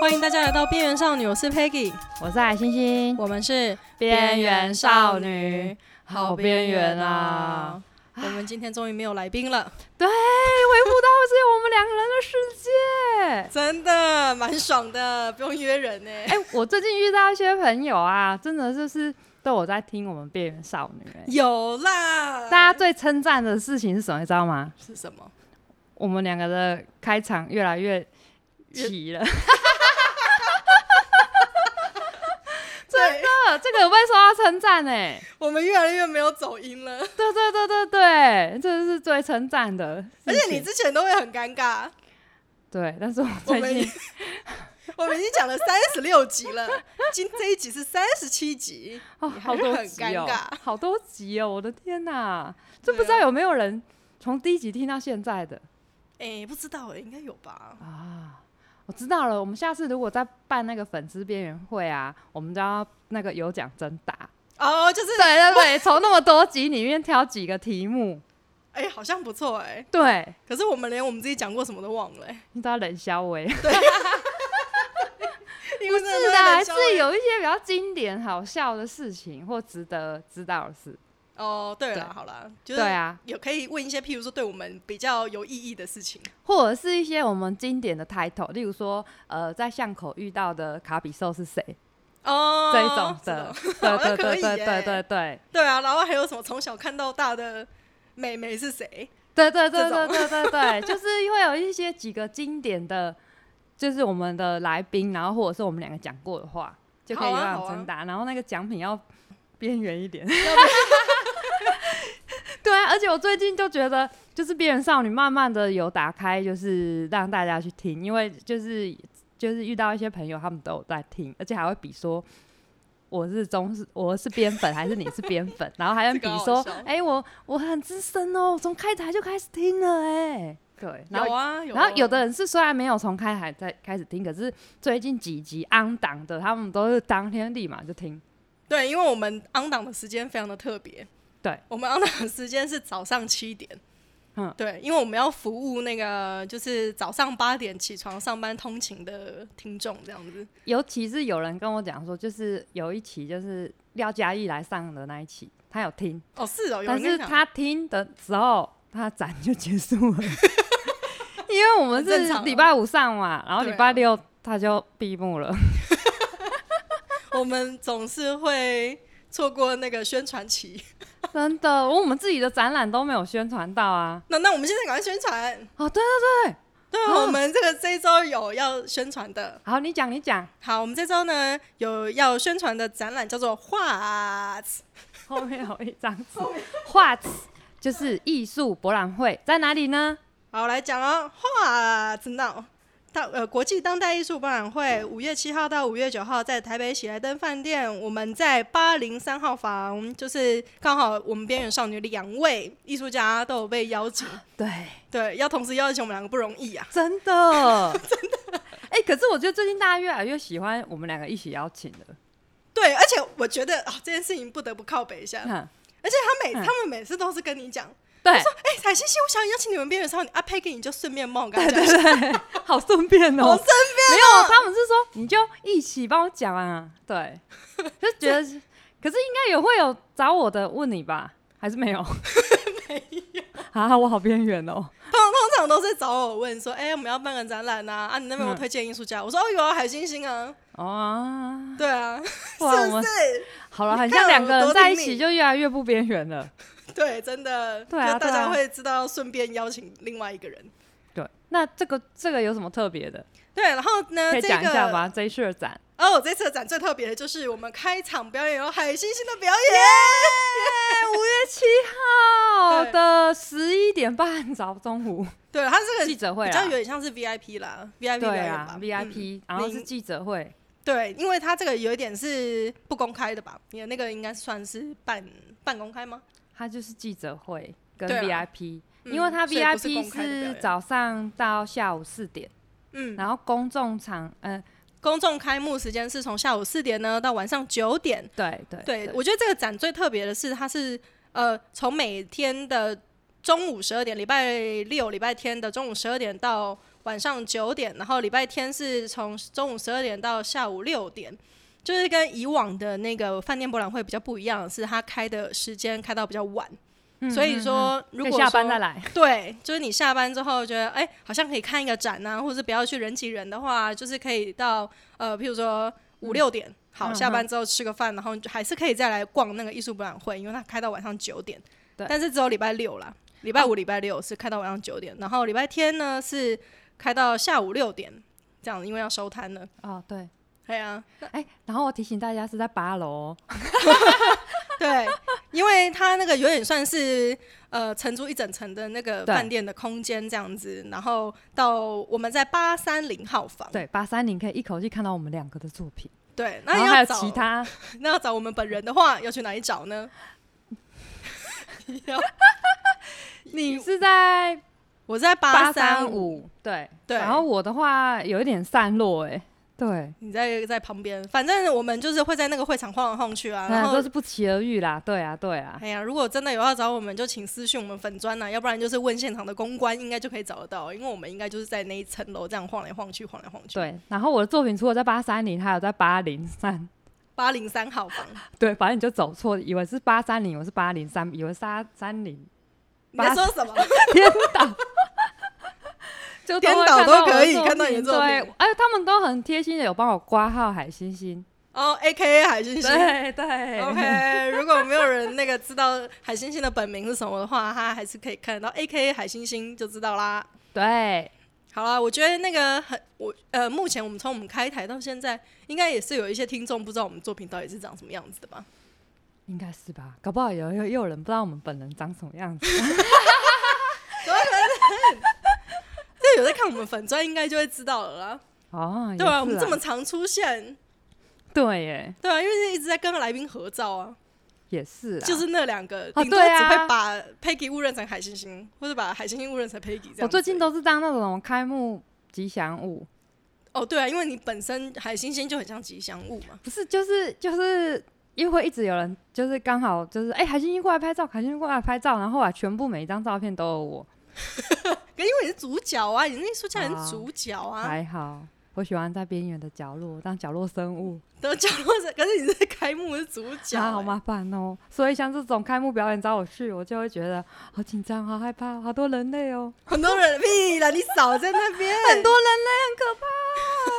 欢迎大家来到边缘少女，我是 Peggy，我是海星星，我们是边缘少女，好边缘啊！我们今天终于没有来宾了，对，回不到只有我们两个人的世界。真的蛮爽的，不用约人呢、哎、我最近遇到一些朋友啊，真的就是都有在听我们边缘少女、哎，有啦，大家最称赞的事情是什么？你知道吗？是什么？我们两个的开场越来越齐了。对，呃，这个有被受到称赞哎，我们越来越没有走音了，对对对对对，这是最称赞的事而情。且你之前都会很尴尬，对，但是我我最们已近经我们已经讲了三十六集 了，今这一集是三十七集，哦，啊你还好是多很集尴哦尬， 好多集哦，我的天哪，这对啊不知道有没有人从第一集听到现在的哎、不知道哎、应该有吧？啊？我知道了，我们下次如果再办那个粉丝边缘会啊，我们就要那个有奖征 答。哦、就是对对对，从那么多集里面挑几个题目，哎、好像不错哎、对，可是我们连我们自己讲过什么都忘了、欸，你知道冷肖维。 因为真是都的，在冷还是笑欸有一些比较经典、好笑的事情或值得知道的事。哦，对了，对好了，就是对啊，有可以问一些，譬如说对我们比较有意义的事情。或者是一些我们经典的 title，例如说，呃，在巷口遇到的卡比兽是谁、哦，这一种的知道，好像对对可以对对耶对对对。对啊，然后还有什么从小看到大的美眉是谁？ 对对对这对种对 对对，就是会有一些几个经典的，就是我们的来宾，然后或者是我们两个讲过的话，就可以好有啊好奖啊征答，然后那个奖品要边缘 一点。对啊，而且我最近就觉得，就是《边缘少女》慢慢的有打开，就是让大家去听，因为就是就是遇到一些朋友，他们都有在听，而且还会比说我是中是我是边粉还是你是边粉，然后还能比说这个好好笑，哎、我我很资深哦，我从开台就开始听了、哎，对，然有后。啊，有啊然后有的人是虽然没有从开台在开始听，可是最近几集安档的，他们都是当天立马就听。对，因为我们 on 档的时间非常的特别。对，我们 on 档的时间是早上七点。嗯对，因为我们要服务那个就是早上八点起床上班通勤的听众，这样子。尤其是有人跟我讲说，就是有一期就是廖嘉义来上的那一期，他有听，哦，是哦，有但人是跟你讲他听的时候，他展就结束了，因为我们很正是常啊礼拜五上嘛，然后对礼啊拜六他就闭幕 了。我们总是会错过那个宣传期。真的，我们自己的展览都没有宣传到啊。那那我们现在赶快宣传。哦，对对啊，我们这个这一周有要宣传的。好，你讲，你 讲，好，我们这周呢有要宣传的展览叫做 What？后面有一张纸画纸，就是艺术博览会在哪里呢？好，我来讲哦，What Now？大呃，国际当代艺术博览会五月七号到五月九号在台北喜来登饭店，我们在八零三号房，就是刚好我们边缘少女两位艺术家都有被邀 请，对，对，要同时邀请我们两个不容易啊。真的， 真的。哎、可是我觉得最近大家越来越喜欢我们两个一起邀请了。对，而且我觉得啊、这件事情不得不靠北一下，看，而且他每、嗯他们每次都是跟你讲，对，哎、彩欣欣，我想邀请你们边缘少女啊，配给你就顺便帮我跟对他讲对一下，对，好顺便哦、好顺没有，他们是说你就一起帮我讲啊，对，就觉 得，可是应该也会有找我的问你吧，还是没有？ 没有 啊，我好边缘哦。通通常都是找我问说，哎、我们要办个展览呐、啊，你那边有嗯推荐艺术家？我说哦有啊，海星星啊，哦啊，对啊， 哇，是我不们是？好了，你很看像两我个多人在一灵起敏就越来越不边缘了。对，真的，对啊就大对家啊会知道，顺便邀请另外一个人。对，那这个这个有什么特别的？对，然后呢，可呃以这讲一下个吗？这一次的展，哦，这次的展最特别的就是我们开场表演有海星星的表演，五月七号对的十一点半早中午对，他这 记个者会比较啦有，点像是 VIP 啦，VIP 表对演啊吧嗯，VIP，然后是零记者会，对，因为他这个有一点是不公开的吧，你的那个应该算是半半公开吗？它就是记者会跟对啦 VIP，、嗯因为它所以不是 VIP 公开的表是演早上到下午四点，嗯，然后公众场，嗯、公众开幕时间是从下午四点呢到晚上九点。对对对，我觉得这个展最特别的是，它是呃从每天的中午十二点，礼拜六、礼拜天的中午十二点到晚上九点，然后礼拜天是从中午十二点到下午六点。就是跟以往的那个饭店博览会比较不一样的是，它开的时间开到比较晚，嗯所以嗯说嗯如可以果下班说再来，对，就是你下班之后觉得哎、好像可以看一个展啊呐、或者是不要去人挤人的话，就是可以到呃，譬如说五六点，好，嗯下班之后吃个饭，然后你就还是可以再来逛那个艺术博览会，因为它开到晚上九点。对但是只有礼拜六啦，礼拜五、礼拜六是开到晚上九点，然后礼拜天呢是开到下午六点，这样因为要收摊了。哦，对，对啊，哎、然后我提醒大家是在八楼哦， 对，因为它那个有点算是呃承租一整层的那个对饭店的空间这样子，然后到我们在八三零号房，对，八三零可以一口气看到我们两个的作品，对，那然后还要有找其他，那要找我们本人的话，要去哪里找呢？ 你是在我在八三三，五，对对然后我的话有一点散落、哎，对，你在在旁边，反正我们就是会在那个会场晃来晃去啊，当然然后都是。不期而遇啦，对啊，对啊，哎呀，如果真的有要找我们，就请私讯我们粉砖呐、啊要不然就是问现场的公关，应该就可以找得到，因为我们应该就是在那一层楼这样晃来晃去，晃来晃去。，对，然后我的作品除了在八三零，还有在八零三，八零三号 房，对，反正你就走错，以为是八三零，我是八零三，以为是八三零，你在说什么？ 颠倒，就颠会倒看都到我可的以看到你的作对品哎，他们都很贴心的有帮我挂号海星星，哦，A K A 海星星。对对哦 OK，如果没有人那个知道海星星的本名是什么的话，他还是可以看得到 A K A 海星星就知道啦。对，好啦，我觉得那个很我呃，目前我们从我们开台到现在，应该也是有一些听众不知道我们作品到底是长什么样子的吧？应该是吧？搞不好有有有人不知道我们本人长什么样子，这有在看我们粉砖，应该就会知道了啦。哦，对啊，也我们是这么常出现，对耶，对啊，因为一直在跟来宾合照啊，也是啊，就是那两个，啊顶多对只啊会把 Peggy 误认成海星星，或者把海星星误认成 Peggy 这样子。我哦最近都是当那种开幕吉祥物，哦，对啊，因为你本身海星星就很像吉祥物嘛。不是就是就是。因为会一直有人，就是刚好就是哎、海星星过来拍照，海星星过来拍照，然后后来全部每一张照片都有我，可因为你是主角啊，你是艺术家，你啊是主角啊，还好，我喜欢在边缘的角落当角落生物，得角落是，可是你是开幕是主角、 啊，好欸？麻烦哦。所以像这种开幕表演找我去，我就会觉得好紧张、好害怕、好多人类哦，欸很多人屁啦，你少在那边， 很多人类很可怕、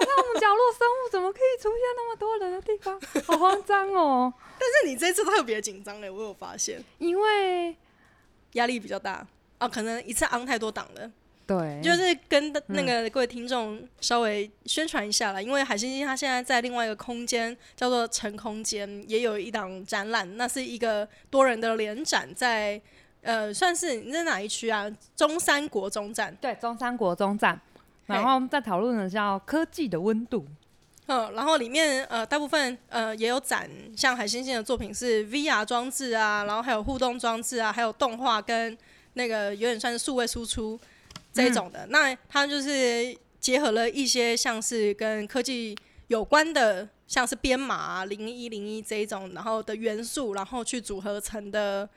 那我们角落生物怎么可以出现那么多人的地方？好慌张哦，但是你这次特别紧张哎，我有发现因为压力比较大啊，可能一次昂太多档了，对，就是跟那个各位听众稍微宣传一下啦，因为海星星它现在在另外一个空间叫做晨空间，也有一档展览，那是一个多人的联展在。呃，算是你在哪一区啊？中山国中站，对中山国中站，然后我们在讨论的叫科技的温度，嗯，然后里面呃，大部分呃也有展，像海星星的作品是 VR 装置啊，然后还有互动装置啊，还有动画跟那个有点算是数位输出这一种的。那它就是结合了一些像是跟科技有关的，像是编码啊、零一零一这一种，然后的元素，然后去组合成的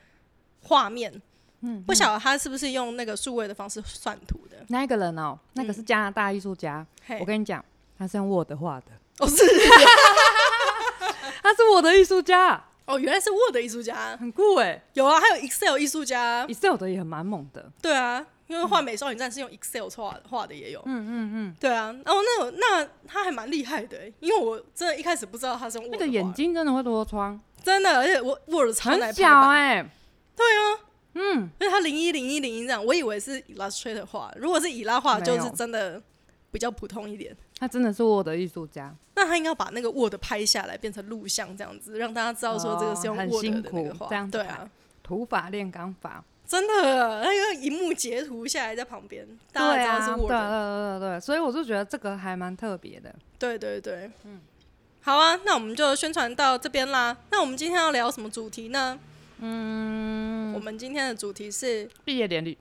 画面。嗯，不晓得它是不是用那个数位的方式算图的？那一个人哦，那个是加拿大艺术家，嘿我，跟你讲，他是用 Word 画的， 哦是 他是我的艺术家，哦，原来是 Word 艺术家，很酷哎有啊，还有 Excel 艺术家啊、 ，Excel 的也很蛮猛的。对啊，因为画美少女战士用 Excel 画的画的也有。嗯嗯嗯。对啊，哦，那有那他还蛮厉害的欸，因为我真的一开始不知道他是用那 Word 个眼画的睛真的会多窗，真的，而且我 Word 超很难排小版，哎、而且他零一零一零一这样，我以为是 Illustrator 画的，如果是以拉画，没就是有真的比较普通一点。他真的是我的艺术家，那他应该要把那个 Word 拍下来，变成录像这样子，让大家知道说这个是用哦很 Word 辛的苦那个画。这样子对排啊，土法炼钢法，真的，那个荧幕截图下来在旁边，对大家啊，知道对是 Word 的对对对，所以我就觉得这个还蛮特别的。对对对，嗯，好啊，那我们就宣传到这边啦。那我们今天要聊什么主题呢？嗯，我们今天的主题是毕业典礼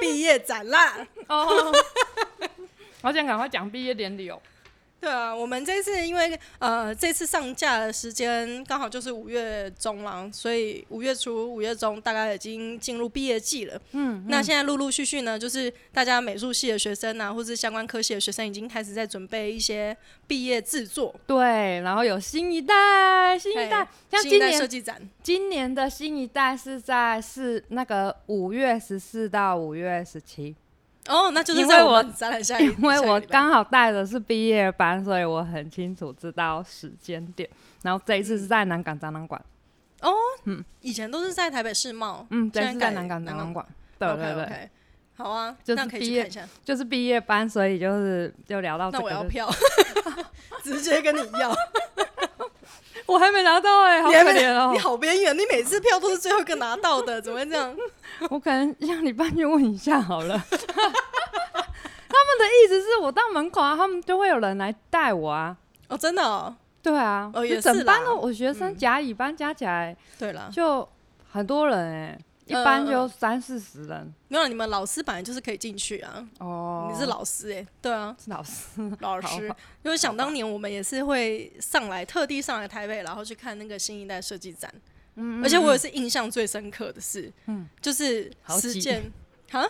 毕业展啦。 哦，好想赶快讲毕业典礼哦，对啊，我们这次因为呃，这次上架的时间刚好就是五月中嘛，所以五月初、五月中大概已经进入毕业季了。嗯，那现在陆陆续续呢，就是大家美术系的学生啊，或是相关科系的学生，已经开始在准备一些毕业制作。对，然后有新一代，新一代嘿，像新一今代设年计展，今年的新一代是在是那个五月十四到五月十七，哦，那就是因在为我我们展览下一， 因为下一个我礼拜刚好带的是毕业班，所以我很清楚知道时间点。然后这一次是在南港展览馆，以前都是在台北世贸，嗯，这一现次改在南港展览馆，对南港对对 o k o k 好啊，就是那可以毕去业看一下。就是毕业班，所以就是就聊到这那个我就，要 票，直接跟你要。我还没拿到哎、好你可还没怜哦你、好边缘，你每次票都是最后一个拿到的， 怎么会这样？我可能让你半去问一下 好了。他们的意思是我到门口啊，他们就会有人来带我啊。哦，真的哦。对啊，哦就也是整班啦的我学生嗯甲乙班加起来对了，就很多人哎、一嗯班嗯就三四十人。没有，你们老师本来就是可以进去啊。哦，你是老师哎、对啊，是老师，老好师吧。因为想当年我们也是会上来，特地上来台北，然后去看那个新一代设计展。嗯而且我也是印象最深刻的是，嗯就是好实挤践啊，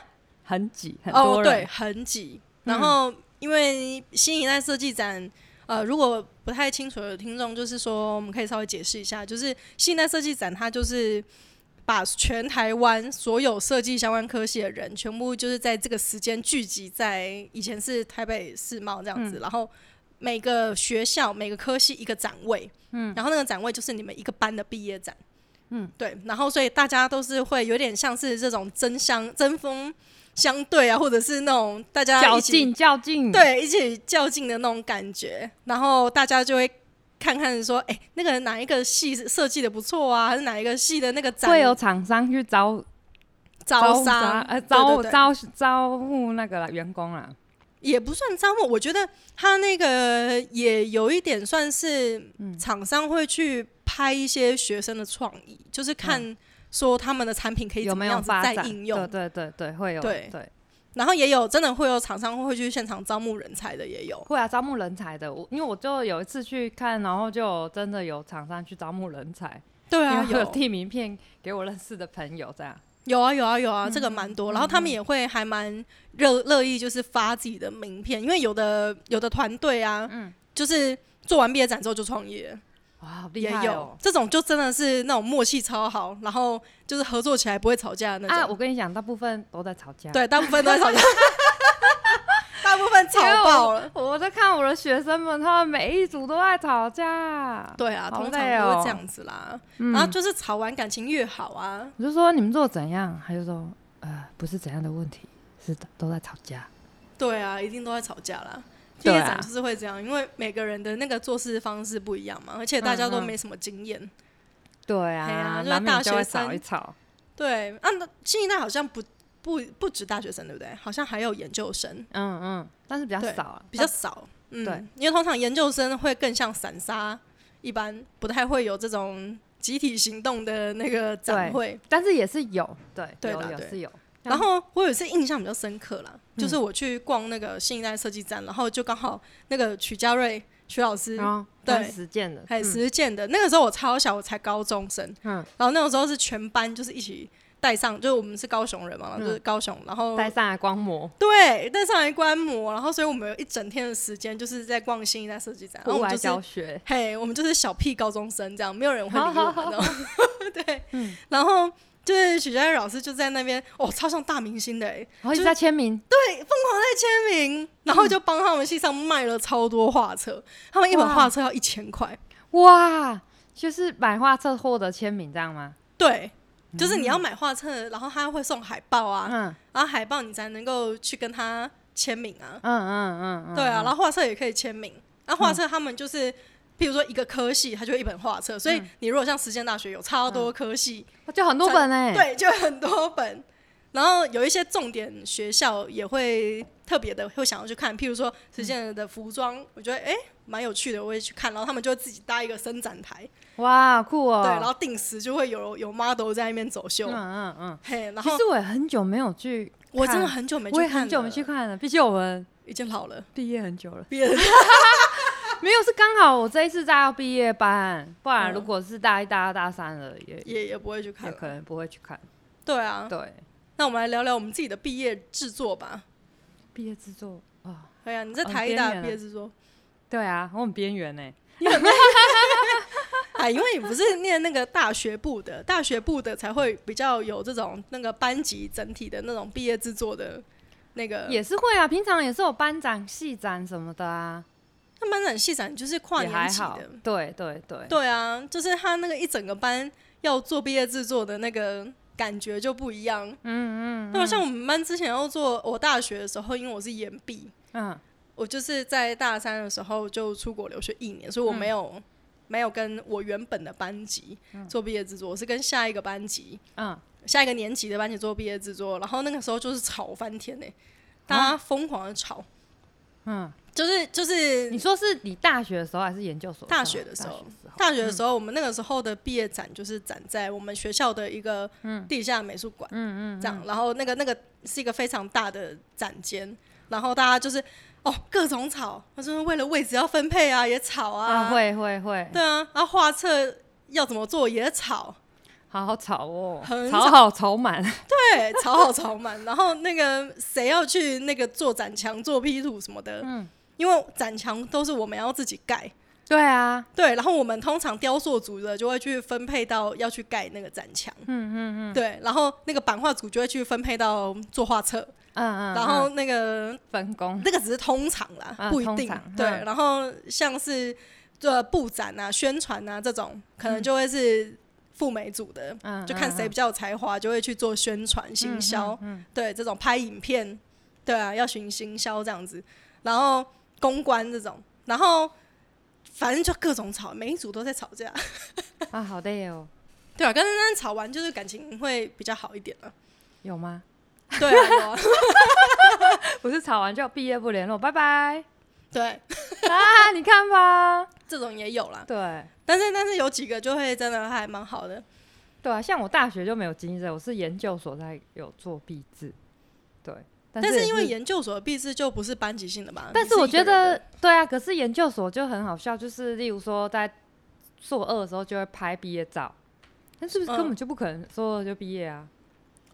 很挤，很哦，多对，人。嗯很挤。然后因为新一代设计展，呃，如果不太清楚的听众，就是说我们可以稍微解释一下，就是新一代设计展，它就是把全台湾所有设计相关科系的人，全部就是在这个时间聚集在以前是台北世贸这样子，嗯然后。每个学校每个科系一个展位，嗯，然后那个展位就是你们一个班的毕业展，嗯，对，然后所以大家都是会有点像是这种争相争锋相对啊，或者是那种大家较一起劲，较劲，，对一起较劲的那种感觉，然后大家就会。看看说，哎、那个哪一个系设计的不错啊，还是哪一个系的那个展会有厂商去招招商，呃，对招对对招招募那个啦员工啊啦。也不算招募，我觉得他那个也有一点算是嗯厂商会去拍一些学生的创意，就是看说他们的产品可以嗯有怎么没样有子发再展？应用。对对对对，会有对对，然后也有真的会有厂商会去现场招募人才的，也有。会啊，招募人才的。我因为我就有一次去看，然后就有真的有厂商去招募人才，对然啊，后有递名片给我认识的朋友这样。有啊有啊有啊，嗯这个蛮多。然后他们也会还蛮热乐意，就是发自己的名片，因为有的有的团队啊，嗯就是做完毕业展之后就创业了。哇，好厉也害有哦！这种就真的是那种默契超好，然后就是合作起来不会吵架的那啊，种。我跟你讲，大部分都在吵架。对，大部分都在 吵架，大部分吵因为我爆了。我在看我的学生们，他们每一组都在吵架。对啊，好通常累都会哦这样子啦。然后就是吵完感情越好啊，我就说你们做得怎样，他就说呃不是怎样的问题，是都在吵架。对啊，一定都在吵架啦。毕对啊业展就是会这样，因为每个人的那个做事方式不一样嘛，而且大家都嗯嗯没什么经验。对嘿啊啊，就是难免大就会学生吵一吵。对，啊，那新一代好像不不不止大学生，对不对？好像还有研究生。嗯嗯，但是比较对少啊，比较少。嗯，对，因为通常研究生会更像散沙，一般不太会有这种集体行动的那个展会。但是也是有，对，对有啦有对嗯是有。然后我有一次印象比较深刻啦，嗯就是我去逛那个新一代设计展，然后就刚好那个曲家瑞曲老师然后对对实践的，还有嗯实践的，那个时候我超小，我才高中生，嗯然后那个时候是全班就是一起带上，就是我们是高雄人嘛，就是高雄，然后嗯带上来光膜，对带上来观摩，然后所以我们有一整天的时间就是在逛新一代设计展，然后户我们外就是教学，嘿，我们就是小屁高中生这样，没有人会理好我好嗯们的。 对，然后就是许佳瑞老师就在那边，哦，超像大明星的欸，然后一直在签名，签名，然后就帮他们系上卖了超多画册，他们一本哇画册要一千块，哇，就是买画册获得签名这样吗？对。就是你要买画册，然后他会送海报啊，嗯然后海报你才能够去跟他签名啊。嗯嗯嗯嗯，对啊，然后画册也可以签名。那画册他们就是，譬如说一个科系，它就一本画册，所以你如果像实践大学有超多科系，嗯，就很多本哎，，对，就很多本。然后有一些重点学校也会特别的会想要去看，譬如说实践的服装，我觉得诶蛮有趣的，我会去看。然后他们就会自己搭一个伸展台，哇，酷哦，对，然后定时就会有有 model 在那边走秀，嗯嗯嗯，嘿，然其后实我也很久没有去，我真的很久没去我也看，很久没去，看了，毕竟我们已经老了，毕业很久了，毕业了没有，是刚好我这一次在要毕业班，不然嗯如果是大一、大二、大三了，也也也不会去看也了。可能不会去看。对啊，对，那我们来聊聊我们自己的毕业制作吧。毕业制作啊，哎呀，你在哦台边大缘毕业了制作，对啊，我很边缘呢。 啊，因为你不是念那个大学部的，大学部的才会比较有这种那个班级整体的那种毕业制作的那个。也是会啊，平常也是有班长、系长什么的啊，那班长系长就是跨也年还级好的，。对对对，对啊，就是他那个一整个班要做毕业制作的那个感觉就不一样。嗯嗯那么像我们班之前要做，我大学的时候，因为我是研毕，嗯，我就是在大三的时候就出国留学一年，所以我没有、没有跟我原本的班级做毕业制作，我是跟下一个班级，嗯，下一个年级的班级做毕业制作，然后那个时候就是吵翻天呢、大家疯狂的吵，嗯，就是就是你说是你大学的时候还是研究所大学的时候大学的时候大学的时候，我们那个时候的毕业展就是展在我们学校的一个地下美术馆，嗯嗯，这样，然后那个那个是一个非常大的展间，然后大家就是哦各种吵，他说为了位置要分配啊，也吵啊，啊，会会会，对啊，然后画册要怎么做也吵，啊好好吵哦很，吵好吵满，对，吵好吵 满，然后那个谁要去那个做展墙、做 P 图什么的，嗯，因为展墙都是我们要自己盖，对啊，对，然后我们通常雕塑组的就会去分配到要去盖那个展墙，嗯嗯嗯，对，然后那个版画组就会去分配到作画册，嗯嗯，然后那个嗯分工，那个只是通常啦，嗯不一通定常，对，嗯然后像是呃布展啊、宣传啊这种，可能就会是赴美组的，嗯，嗯就看谁比较有才华，就会去做宣传、行销，对这种拍影片，对啊，要寻行销这样子，然后公关这种，然后反正就各种吵，每一组都在吵 架，嗯嗯啊，好累哦，对啊，跟珊珊吵完就是感情会比较好一点了，有吗？ 对啊，有啊不是吵完就毕业不联络，拜拜对，啊，你看吧，这种也有啦，对但是但是有几个就会真的还蛮好的，对啊，像我大学就没有经历这个，我是研究所才有做毕制，对，但但是是也因为研究所的毕制就不是班级性的吧，但啊你是我一个觉人的得，对啊，可是研究所就很好笑，就是例如说在硕二的时候就会拍毕业照，那是不是根嗯本就不可能硕二就毕业啊？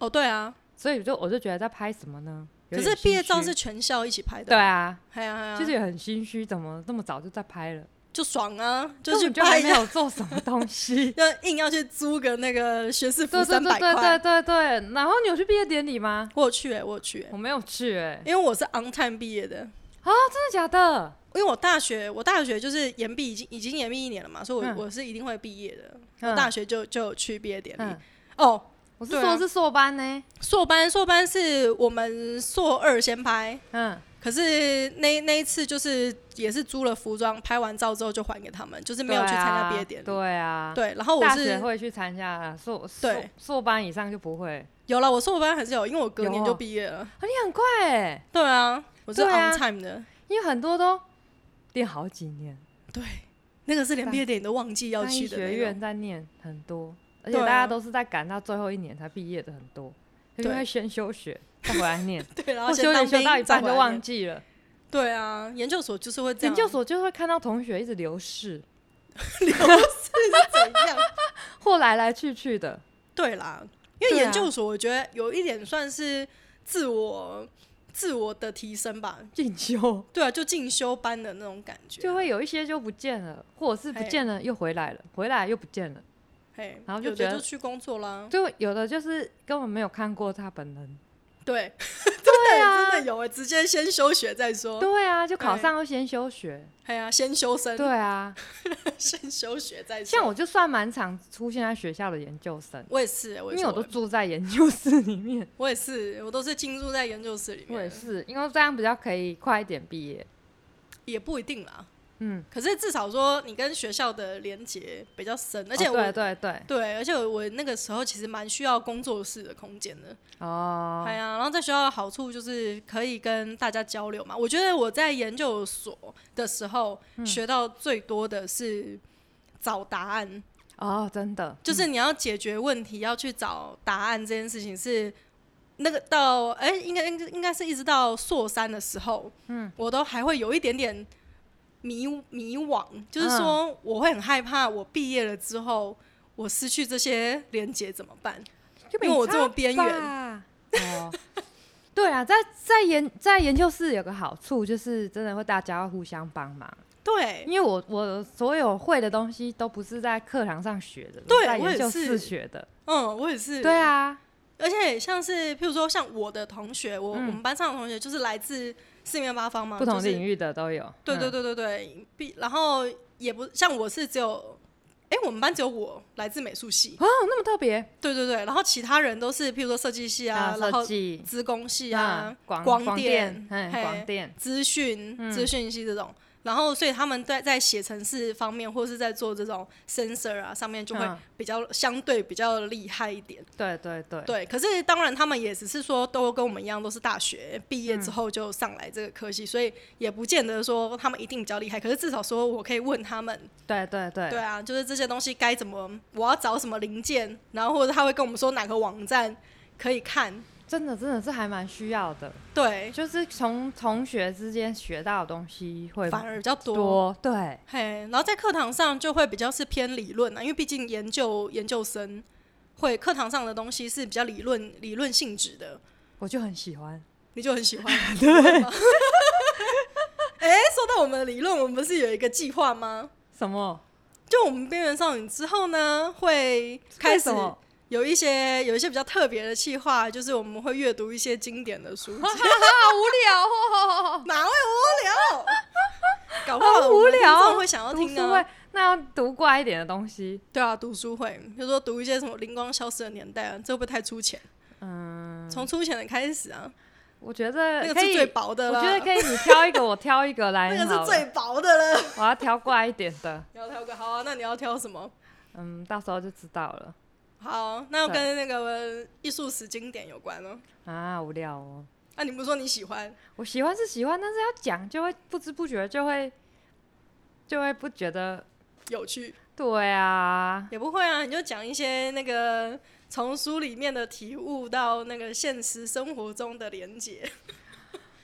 哦，对啊，所以我就我就觉得在拍什么呢？有可是点毕业心照虚是全校一起拍的，对，啊，哎呀哎呀，就是也很心虚，怎么这么早就在拍了？就爽啊，就根去本就拍还一没下有做什么东 西。要硬要去租个那个学士服对对三对百对对块。对对，然后你有去毕业典礼吗？我有去哎、我有去、欸，我没有去、哎，因为我是 on time 毕业的。真的假的？因为我大学，我大学就是延毕，已经已经延毕一年了嘛，所以我、嗯我是一定会毕业的。嗯我大学就就有去毕业典礼。嗯，哦，我是对啊说是硕班呢、硕班硕班是我们硕二先拍，嗯，可是那那一次就是也是租了服装，拍完照之后就还给他们，就是没有去参加毕业典礼。对啊。对啊对，然哦后我大学是会去参加啦，硕硕对硕班以上就不会。有了，我硕班还是有，因为我隔年有就毕业了。啊你很快哎、对啊，我是对啊 on time 的。因为很多都练好几年，对，那个是连大毕业典礼都忘记要单一去的那学种院在念很多，而且对啊大家都是在赶到最后一年才毕业的很多，因为对先休学再回来念，对，然后或先休当学兵休到一再半就回来忘念记了。对啊，研究所就是会这样。啊研究所就会看到同学一直流逝，流逝是怎样？或来来去去的。 对啦，因为对啊研究所我觉得有一点算是自我自我的提升吧。进修 对啊，就进修班的那种感觉。就会有一些就不见了，或者是不嘿见了又回来了，回来又不见了，嗯嘿，然后就有觉的得就去工作啦。就有的就是根本没有看过他本人，对，对真啊，的有哎，直接先休学再说。对啊，就考对上又先休学，哎呀，先修身，对啊，先休学再说。像我就算蛮常出现在学校的研究生，我也是，欸我因也为是，我都住在研究室里面，我也是，我都是进入在研究室里面。我也，是，因为这样比较可以快一点毕业。也不一定啦。嗯，可是至少说你跟学校的连结比较深，而且哦我、对对对，对而且我那个时候其实蛮需要工作室的空间的。哦，哎呀，然后在学校的好处就是可以跟大家交流嘛。我觉得我在研究所的时候、嗯学到最多的是找答案，哦，真的，就是你要解决问题，要去找答案这件事情是。那个到哎、应该应该应该是一直到硕三的时候，嗯，我都还会有一点点迷迷惘，就是嗯说我会很害怕，我毕业了之后我失去这些连接怎么办？就因为我这么边缘缘。哦，对啊，在在研在研究室有个好处就是真的会大家互相帮忙，对因为我我所有会的东西都不是在课堂上学的，对在我研也究是室学的。嗯，我也是。对啊，而且像是譬如说像我的同学，我、嗯我们班上的同学就是来自四面八方嘛，不同领域。域的都有。啊嗯对对对，对对对，毕然后也不像我是只有，哎、我们班只有我来自美术系，哦，那么特别对对对，然后其他人都是譬如说设计系啊，然后设计资工系啊、嗯广光电电，嗯，嘿广电，资讯、资讯系这种。然后，所以他们在在写程式方面，或是在做这种 sensor 啊上面，就会嗯比较相对比较厉害一点。对对对，对，可是当然他们也只是说都跟我们一样，都是大学毕业之后就上来这个科系，所以也不见得说他们一定比较厉害。可是至少说我可以问他们，对对对对啊，就是这些东西该怎么，我要找什么零件，然后或者他会跟我们说哪个网站可以看，真的真的是还蛮需要的，对，就是从同学之间学到的东西会反而比较多。多，对，嘿，然后在课堂上就会比较是偏理论啊，因为毕竟研究研究生会课堂上的东西是比较理论理论性质的，我就很喜欢。你就很喜欢。 对。 哎、说到我们的理论，我们不是有一个计划吗？什么？就我们边缘少女之后呢，会开为始 什么有一些有一些比较特别的计划，就是我们会阅读一些经典的书 籍。 好无聊哦，哪会无聊？ 搞不好好我无们听聊众会想要读听书啊会。那要读怪一点的东西，对啊，读书会，比如说读一些什么《灵光消失的年代》啊，这会不会太粗浅？嗯，从粗浅的开始啊，我觉得那个可是以，最薄的我了。觉得可以，你挑一个，我挑一个 来，那个好是了最，薄的 了。我要挑怪一点的，你要挑个好啊，那你要挑什么？嗯，到时候就知道了好，那要对跟那个艺术史经典有关哦。啊，无聊哦。啊，你不是说你喜欢？我喜欢是喜欢，但是要讲就会不知不觉就会就会不觉得，有趣对啊，也不会啊，你就讲一些那个从书里面的体悟到那个现实生活中的连结。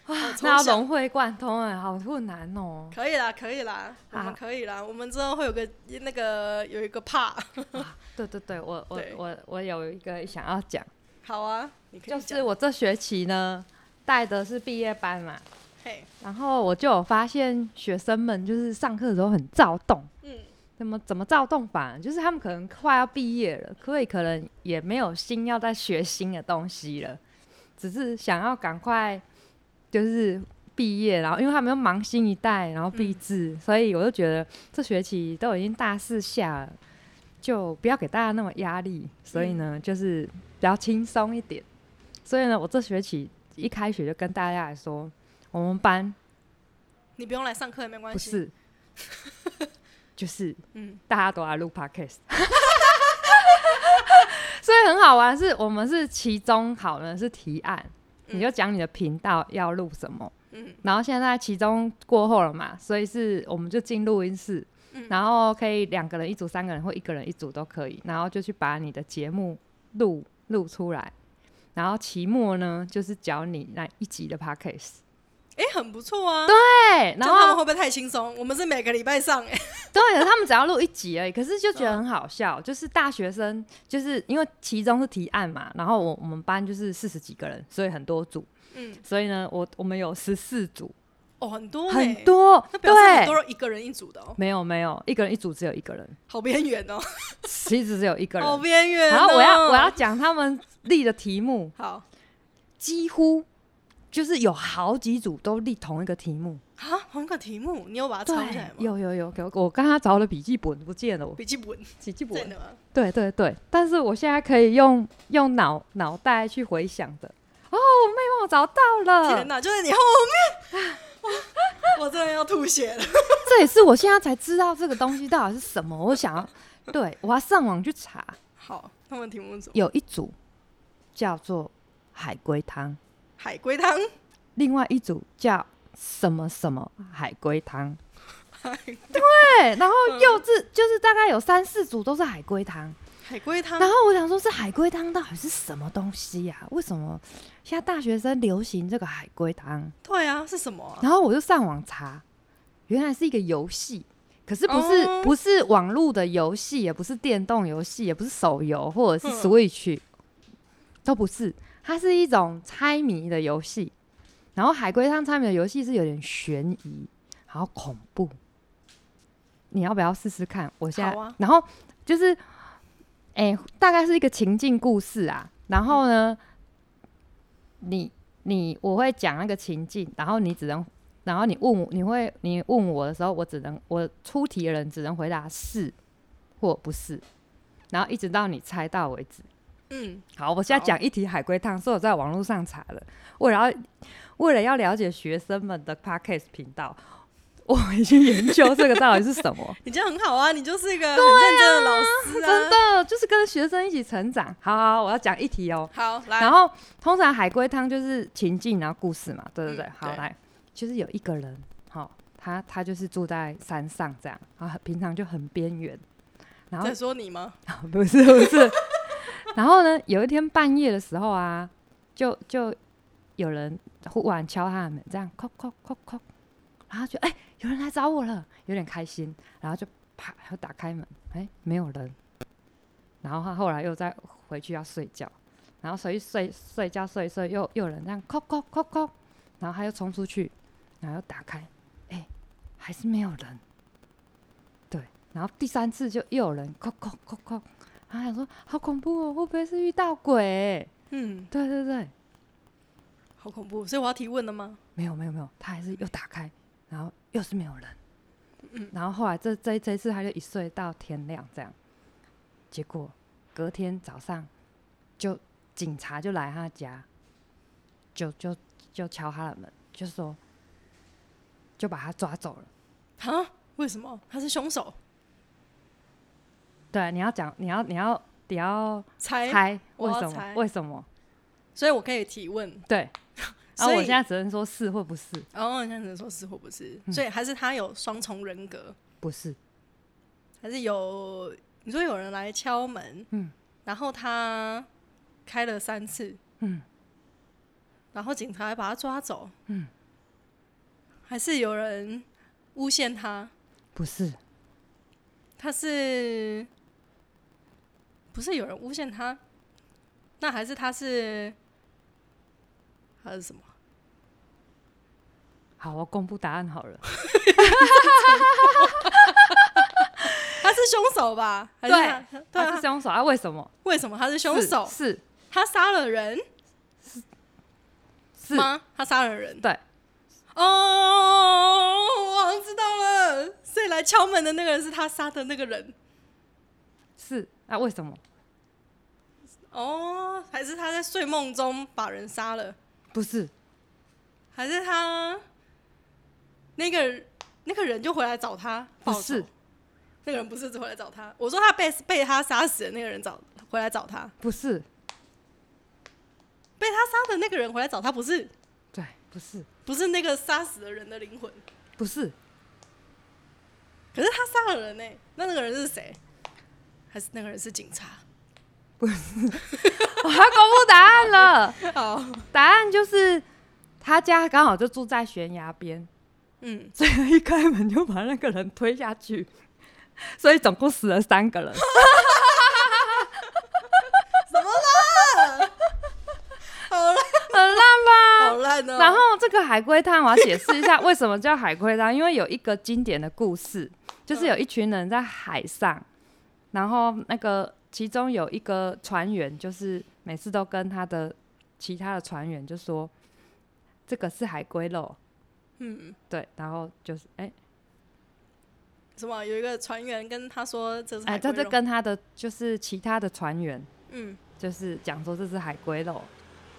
好抽那要象、融会贯通哎，好困难哦可以啦，可以啦，我好们可以啦，我们之后会有个那个有一个 part，啊对对对，我我对我我有一个想要讲，好啊，你可以就讲是我这学期呢带的是毕业班嘛，嘿，然后我就有发现学生们就是上课的时候很躁动，嗯，怎么怎么躁动法？就是他们可能快要毕业了，所以可能也没有心要再学新的东西了，只是想要赶快就是毕业，然后因为他们又忙新一代，然后毕嗯制，所以我就觉得这学期都已经大四下了，就不要给大家那么压力，所以嗯呢，就是比较轻松一点。所以呢，我这学期一开学就跟大家来说，我们班你不用来上课也没关不系，是，就是嗯，大家都来录 podcast，所以很好玩。是我们是期中考呢是提案，嗯你就讲你的频道要录什么，嗯然后现在期中过后了嘛，所以是我们就进录音室，嗯然后可以两个人一组、三个人或一个人一组都可以，然后就去把你的节目录录出来。然后期末呢，就是教你那一集的 podcast，哎、很不错啊，对，这然样他后啊们会不会太轻松？我们是每个礼拜上、哎，对，他们只要录一集而已，可是就觉得很好笑。就是大学生，就是因为其中是提案嘛，然后我我们班就是四十几个人，所以很多组，嗯，所以呢，我我们有十四组，哦，很多、欸，很，多，那表示很对，多人一个人一组的哦，没有没有，一个人一组只有一个人，好边缘哦，其实只有一个人好。边缘、哦。然后我要我要讲他们立的题目，好几乎就是有好几组都立同一个题目。啊，同一个题目，你有把它抄起来吗？有有有，给我我刚刚找了笔记本不见了，我笔记本笔记本在。哪吗？对对对，但是我现在可以用用脑脑袋去回想的。哦，妹帮我找到天了，哪，就在你后面， 我我真的要吐血了。这也是我现在才知道这个东西到底是什么。我想要，对我要上网去查，好，他们题目是什么？有一组叫做海龟汤，海龟汤，另外一组叫什么什么海龟汤。海对，然后幼稚就是大概有三四组都是海龟汤。海龟汤然后我想说，这海龟汤到底是什么东西呀、为什么现在大学生流行这个海龟汤？对啊，是什么啊、然后我就上网查，原来是一个游戏，可是不是、哦不是网络的游戏，也不是电动游戏，也不是手游或者是嗯 Switch，、都不是，它是一种猜谜的游戏。然后海龟汤猜谜的游戏是有点悬疑，然后恐怖。你要不要试试看？我现在，好啊然后就是，哎、大概是一个情境故事啊。然后呢，嗯你你我会讲那个情境，然后你只能，然后你问我，你会你问我的时候，我只能我出题的人只能回答是或不是，然后一直到你猜到为止。嗯，好，我现在好讲一题海龟汤，是我在网络上查的，为了要为了要了解学生们的 podcast 频道，我已经研究这个到底是 什么，你这样很好啊，你就是一个很认真的老师啊。真的就是跟学生一起成长。好好，好我要讲一题哦。好，来，然后通常海龟汤就是情境，然后故事嘛，对对对。嗯好，对来，就是有一个人，好、他他就是住在山上这样啊，平常就很边缘，然后在说你吗？不是不是。 然后呢，有一天半夜的时候啊，就就有人忽然敲他的门，这样叩叩叩叩，然后就哎、有人来找我了，有点开心，然后就啪，然后打开门，哎、没有人。然后他后来又再回去要睡觉，然后睡一睡睡觉睡一睡，又又有人这样叩叩叩叩，然后他又冲出去，然后又打开，哎、还是没有人。对，然后第三次就又有人叩叩叩叩，然后想说好恐怖哦，会不会是遇到鬼、嗯，对对对，好恐怖，所以我要提问了吗？没有没有没有，他还是又打开，然后又是没有人。然后后来这这这一次他就一睡到天亮这样，结果隔天早上就警察就来他家，就就就敲他的门，就说就把他抓走了。啊？为什么他是凶手？对，你要讲，你要你要你要猜，猜我为要什么猜为什么？所以我可以提问。对，然所后以我现在只能说是或不是，哦，你现在只能说是或不是，所以还是他有双重人格，不是，还是有你说有人来敲门，嗯，然后他开了三次，嗯，然后警察还把他抓走，嗯，还是有人诬陷他，不是，他是不是有人诬陷他？那还是他是他是什么？好，我公布答 案好了。他是凶手吧？还是对他对他啊是，凶手啊？为什么？为什么他是凶是手？是他杀了人是，吗？他杀了人。对，哦，我好像知道了。所以来敲门的那个人是他杀的那个人。是啊？为什么？哦，还是他在睡梦中把人杀了？不是，还是他那个那个人就回来找他？不报仇是，那个人不是回来找他。我说他被被他杀死的那个人找回来找他，不是，被他杀的那个人回来找他，不是对，不是，不是那个杀死的人的灵魂。不是， 可是他杀了人呢、那那个人是谁？还是那个人是警察？我要公布答案了。好，答案就是他家刚好就住在悬崖边，嗯，所以一开门就把那个人推下去，所以总共死了三 个人。好烂，很烂吧？好烂哦、啊然后这个海龟汤，我要解释一下为什么叫海龟汤，因为有一个经典的故事，嗯就是有一群人在海上，然后那个其中有一个船员，就是每次都跟他的其他的船员就说，这个是海龟肉，嗯，对，然后就是哎什么？有一个船员跟他说这是哎，海他龟就肉，跟他的就是其他的船员，嗯，就是讲说这是海龟肉、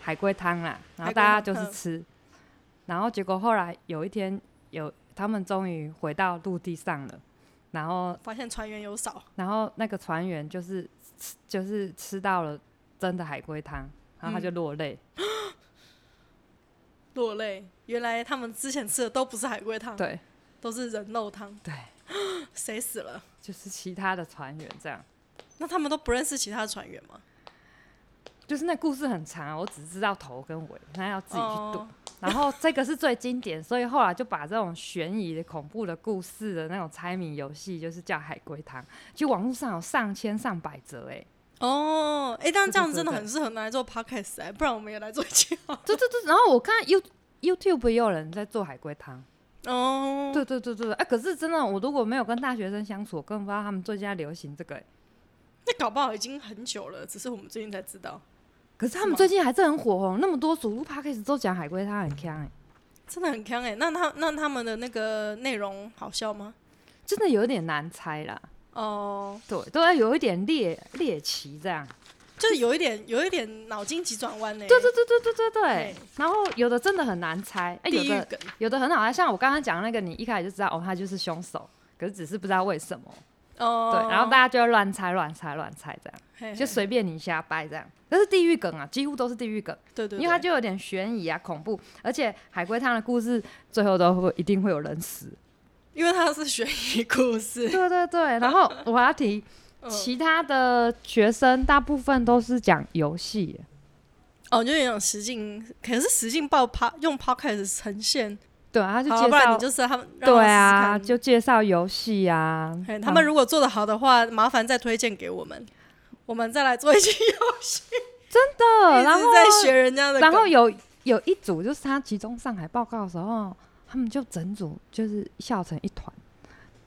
海龟汤啦，海然后龟大家汤就是嗯吃，然后结果后来有一天有他们终于回到陆地上了，然后发现船员有少，然后那个船员就是吃就是吃到了真的海龟汤，然后他就落泪，落泪。原来他们之前吃的都不是海龟汤，对都是人肉汤。对， 谁死了？就是其他的船员这样，那他们都不认识其他船员吗？就是那故事很长，啊我只知道头跟尾，那要自己去读。哦然后这个是最经典，所以后来就把这种悬疑的、恐怖的故事的那种猜谜游戏，就是叫海龟汤。其实网络上有上千上百折，哎，哦，哎、但这样子真的对对对很适合拿来做 podcast 哎、不然我们也来做一期 好了。对对对。然后我看 You YouTube 也有人在做海龟汤，哦，对对对对对。哎、可是真的，我如果没有跟大学生相处，我根本不知道他们最近在流行这个、哎。那搞不好已经很久了，只是我们最近才知道，可是他是们吗最近还是很火哦红，那么多主录 p a c k a g e 都讲海龟汤很强哎、真的很坑哎、那他那他们的那个内容好笑吗？真的有点难猜啦。哦，对，都要有一点猎猎奇这样。就是有一点有一点脑筋急转弯呢。欸对对对对对对对对。然后有的真的很难猜，哎、有地狱的梗有的很好啊猜，像我刚刚讲那个，你一开始就知道哦，他就是凶手，可是只是不知道为什么。哦，哎对，然后大家就会乱猜乱猜乱猜这样，嘿嘿就随便你瞎掰这样。但是地狱梗啊，几乎都是地狱梗，对对，因为它就有点悬疑啊、恐怖，而且海龟汤的故事最后都会一定会有 人死。对因为它是悬疑故事，对对对，然后我还要提嗯其他的学生大部分都是讲游戏，哦，就有点实境，可是实境爆趴用 podcast 呈现，对啊，他就好，介不然绍你，就是他们让对他啊，们试试看就介绍游戏啊嘿，他们嗯如果做的好的话，麻烦再推荐给我们，我们再来做一期游戏，对， 一哦然后直在学人家的梗，然后有有一组就是他集中上海报告的时候，他们就整组就是笑成一团，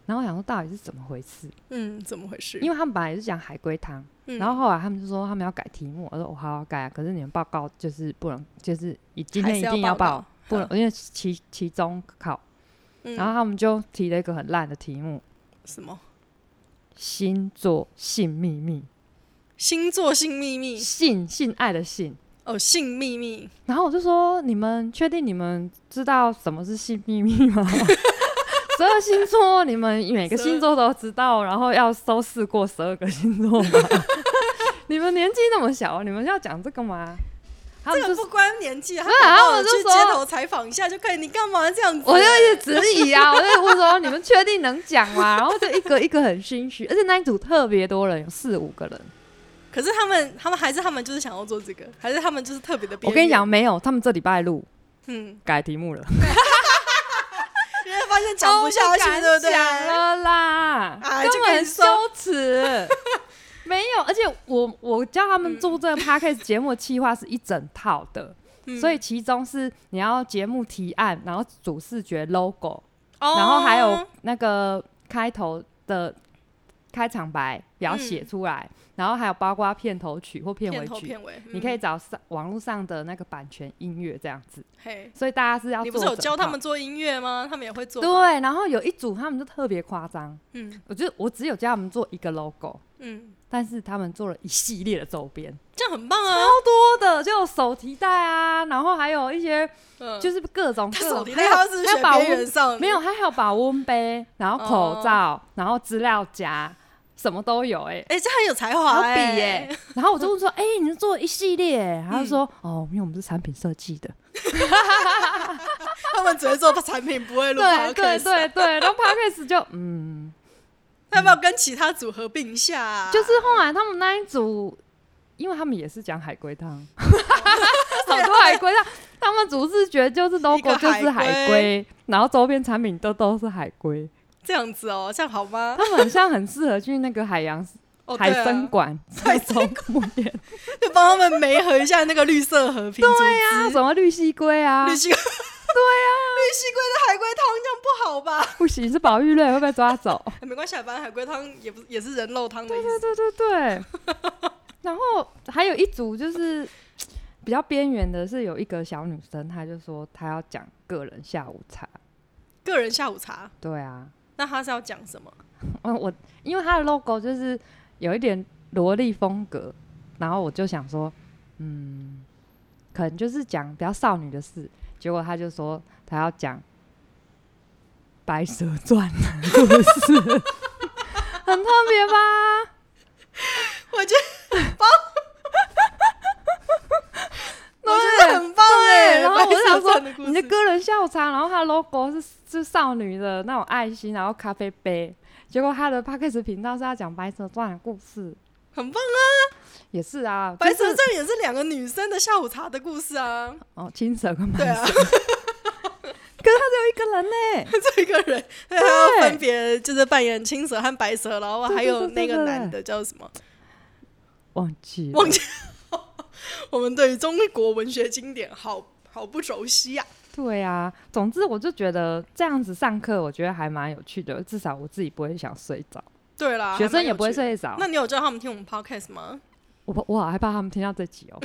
然后我想说到底是怎么回事，嗯，怎么回事？因为他们本来是讲海龟汤，嗯然后后来他们就说他们要改题目，我说我好好改啊，可是你们报告就是不能，就是以今还是天一要定报报告，不能因为期期中考，嗯然后他们就提了一个很烂的题目，什么星座性秘密，星座性秘密性性爱的性。哦，性秘密，然后我就说：“你们确定你们知道什么是性秘密 吗？”十二星座，你们每个星座都知道，然后要都试过十二个星座吗？ 你们年纪那么小，你们要讲这个吗？他这们就个是不关年纪，他对啊搞不好我就去说街头采访一下就可以，你干嘛这样子？我就一直质 疑啊，我就一直问说：“你们确定能讲吗？”然后就一个一个很心虚，而且那一组特别多人，有四五个人。可是他们，他们还是他们就是想要做这个，还是他们就是特别的。我跟你讲，，没有，他们这礼拜录嗯，改题目了。因为发现讲不下去，对不对？讲了啦，哎根就跟本你羞说耻。 没有，而且我我教他们做这个 podcast 节目的计划是一整套的，嗯所以其中是你要节目提案，然后主视觉 logo，、哦然后还有那个开头的开场白也要写出来，然后还有包括片头曲或嗯片片尾头曲，片尾，嗯你可以找上网络上的那个版权音乐这样子，嗯嘿。所以大家是要你不是做有整教他套们做音乐吗？他们也会做。，对，然后有一组他们就特别夸张，嗯我就我只有教他们做一个 logo，嗯，但是他们做了一系列的周边，这样很棒啊！多的就有手提袋啊，然后还有一些嗯，就是各种他各手种，提还袋，他是有还有选保别温人上，没有，还有保温杯，然后口罩，哦然后资料夹，什么都有哎、欸。哎，这很有才好华比耶、哎，然后我就问说：“哎、你是做一系列、欸？”他就说：“哦，因为我们是产品设计的。他们只会做产品，不会录对 podcast。对对对，然后 Parkes 就嗯，要不要跟其他组合并一下啊？就是后来他们那一组，因为他们也是讲海龟汤， 好多海龟汤，他们主视觉就是 logo 个就是海海龟，然后周边产品都都是海龟，这样子哦，这样好吗？他们很像很适合去那个海洋哦，海对啊参馆 海中公 园，就帮他们媒合一下那个绿色和平组织。啊，什么绿蜥龟啊绿，蜥对呀、绿蜥龟的海龟汤这样不好吧？不行是保育类会被抓走，没关系啊，反正海龟汤也不也是人肉汤的意 哦对啊思。对对对， 然后还有一组就是。比较边缘的是有一个小女生，她就说她要讲个人下午茶。个人下午茶，对啊，那他是要讲什么？嗯，我因为它的 logo 就是有一点萝莉风格，然后我就想说，嗯，可能就是讲比较少女的事。结果他就说他要讲《白蛇传》的故事， 很特别吧？我觉得我觉得很棒哎、啊对，然后我就想白色传的故说，事你的个人下午茶，然后它的 logo 是是少女的那种爱心，然后咖啡杯。结果他的 p a c k a g e 频道是要讲《白蛇传》的故事，很棒啊！也是啊，白就蛇是传也是两个女生的下午茶的故事啊， 哦，青蛇跟白对蛇，啊，可是他只有一个人呢、 这一个人他要分别就是扮演青蛇和白蛇，然后对对还有对对那个对男的叫什么？忘记了忘记。我们对于中国文学经典好好不熟悉呀、对啊，总之我就觉得这样子上课，我觉得还蛮有趣的，至少我自己不会想睡着，对啦，学啊还蛮生有也不会趣的。睡着。那你有叫他们听我们 podcast 吗？ 我怕我好害怕他们听到这集哦。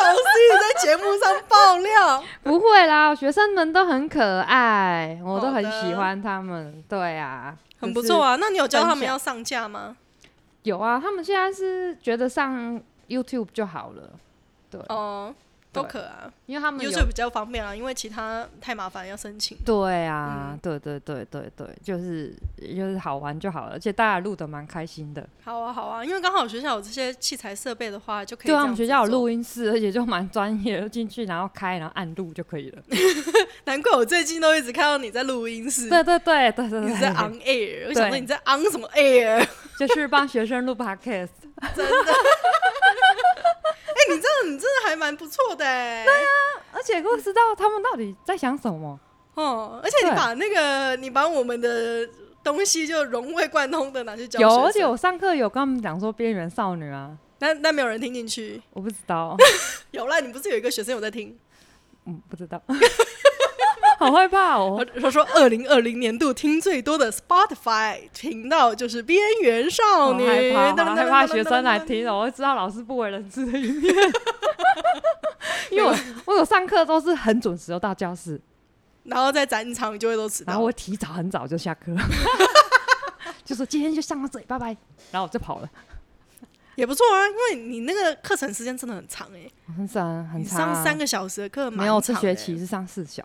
老师一直在节目上爆 料，不会啦，学生们都很可爱，我都好很的喜欢他们。对啊，很不错啊。啊。那你有教他分们享要上架吗？有啊，他们现在是觉得上 YouTube 就好了，对，哦，都对可啊因为他们有，YouTube 比较方便啊，因为其他太麻烦要申请。对啊，嗯对对对对对，就是就是好玩就好了，而且大家录的蛮开心的。好啊，好啊，因为刚好学校有这些器材设备的话，就可以。对啊，我们学校有，录音室，而且就蛮专业的，进去然后开，然后按录就可以了。难怪我最近都一直看到你在录音室， 对对对对对你在 对， on air，我想说对你在 on 什么 air？ 就是帮学生录 podcast。真的。哎、你这样你真的还蛮不错的哎、对啊，而且我知道他们到底在想什么。哦，而且你对把那个你把我们的东西就融会贯通的拿去教有，而学且生我上课有跟他们讲说边缘少女啊，但但没有人听进去。我不知 道，有啦，你不是有一个学生有在听？嗯，不知道， 好害怕他哦。他说，二零二零年度听最多的 Spotify 频道就是《边缘少好女》害怕，噔噔噔噔噔噔噔好害怕学生来听哦，我会知道老师不为人知的一 面。因为我 我有上课都是很准时就到教室，然后在展场就会都迟然后到我。提早很早就下课， 就说今天就上到这里，拜拜，然后我就跑了。也不错啊，因为你那个课程时间真的很长哎、很长很你长啊，上三个小时的课蛮没有这长的学欸期是上四小，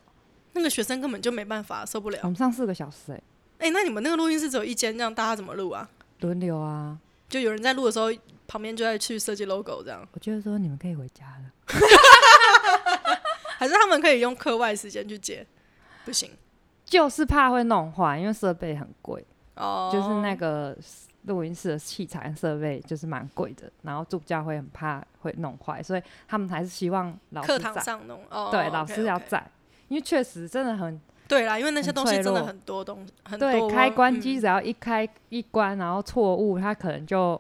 那个学生根本就没办法受不了我。们上四个小时哎、哎、那你们那个录音室只有一间，这样大家怎么录啊？轮流啊。就有人在录的时候，旁边就在去设计 logo 这样，我觉得说你们可以回家了，还是他们可以用课外时间去接？不行就是怕会弄坏，因为设备很贵，哦，就是那个录音室的器材设备就是蛮贵的，然后助教会很怕会弄坏，所以他们还是希望老课师堂在，上弄哦，对， OK，老师要 OK 在。因为确实真的很对啦，因为那些东西很脆真弱的很多东很多对，开关机嗯只要一开一关，然后错误，它可能就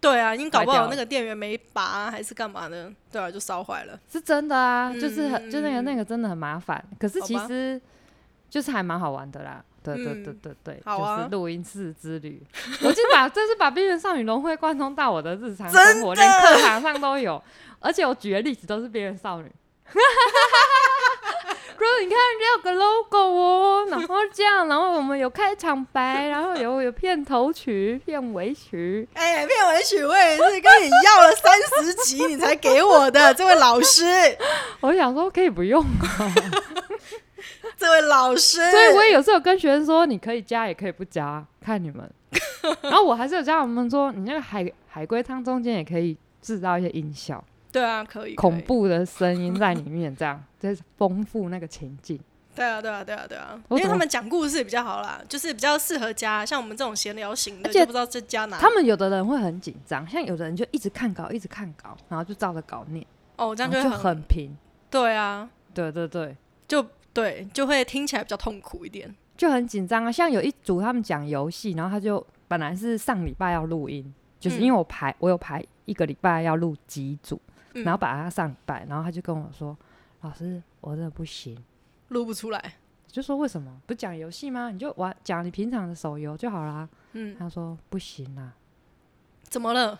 对啊，你搞不坏掉好了那个电源没拔、还是干嘛的，对啊，就烧坏了。是真的啊，就是很就那个嗯那个真的很麻烦。可是好其吧实就是还蛮好玩的啦。对对对嗯对对，好啊就是录音室之旅。我就把这是把边缘少女融会贯通到我的日常生活，连课堂上都有。而且我举的例子都是边缘少女。 如果你看有个 logo 哦，然后这样，然后我们有开场白，然后有有片头曲、片尾曲，哎、片尾曲我也是跟你要了三十集，你才给我的，这位老师，我想说可以不用这位老师，所以我也有时候跟学生说，你可以加也可以不加，看你 们。然后我还是有教他们说，你那个海海龟汤中间也可以制造一些音效，对啊，可以恐，可以怖的声音在里面，这样 就是丰富那个情境。对啊，对啊，对啊，对啊，因我为懂他们讲故事比较好啦，就是比较适合加，像我们这种闲聊型的，而且就不知道这加哪。 他们有的人会很紧张，像有的人就一直看稿，一直看稿，然后就照着稿念，哦，这然样后就会就很平。对啊，对对对，就对，就会听起来比较痛苦一点。就很紧张啊。像有一组他们讲游戏，然后他就本来是上礼拜要录音，就是嗯因为我排我有排一个礼拜要录几组，嗯然后把它上礼拜，然后他就跟我说：“老师，我真的不行。录不出来。”就说为什么不讲游戏吗？你就玩讲你平常的手游就好啦。嗯，他说不行啊啦。怎么了？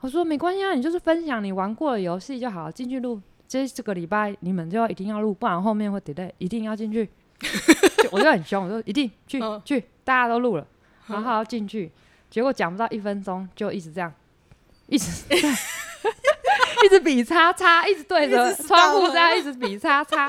我说没关系啊，你就是分享你玩过的游戏就好，进去录。这这个礼拜你们就要一定要录，不然后面会 delay，一定要 进去。就我就很凶，我说一定去、嗯去，大家都录了，然后他要进去，结果讲不到一分钟就一直这样，一直一直比叉叉，一直对着一直 stop 窗户这样一直比叉叉，然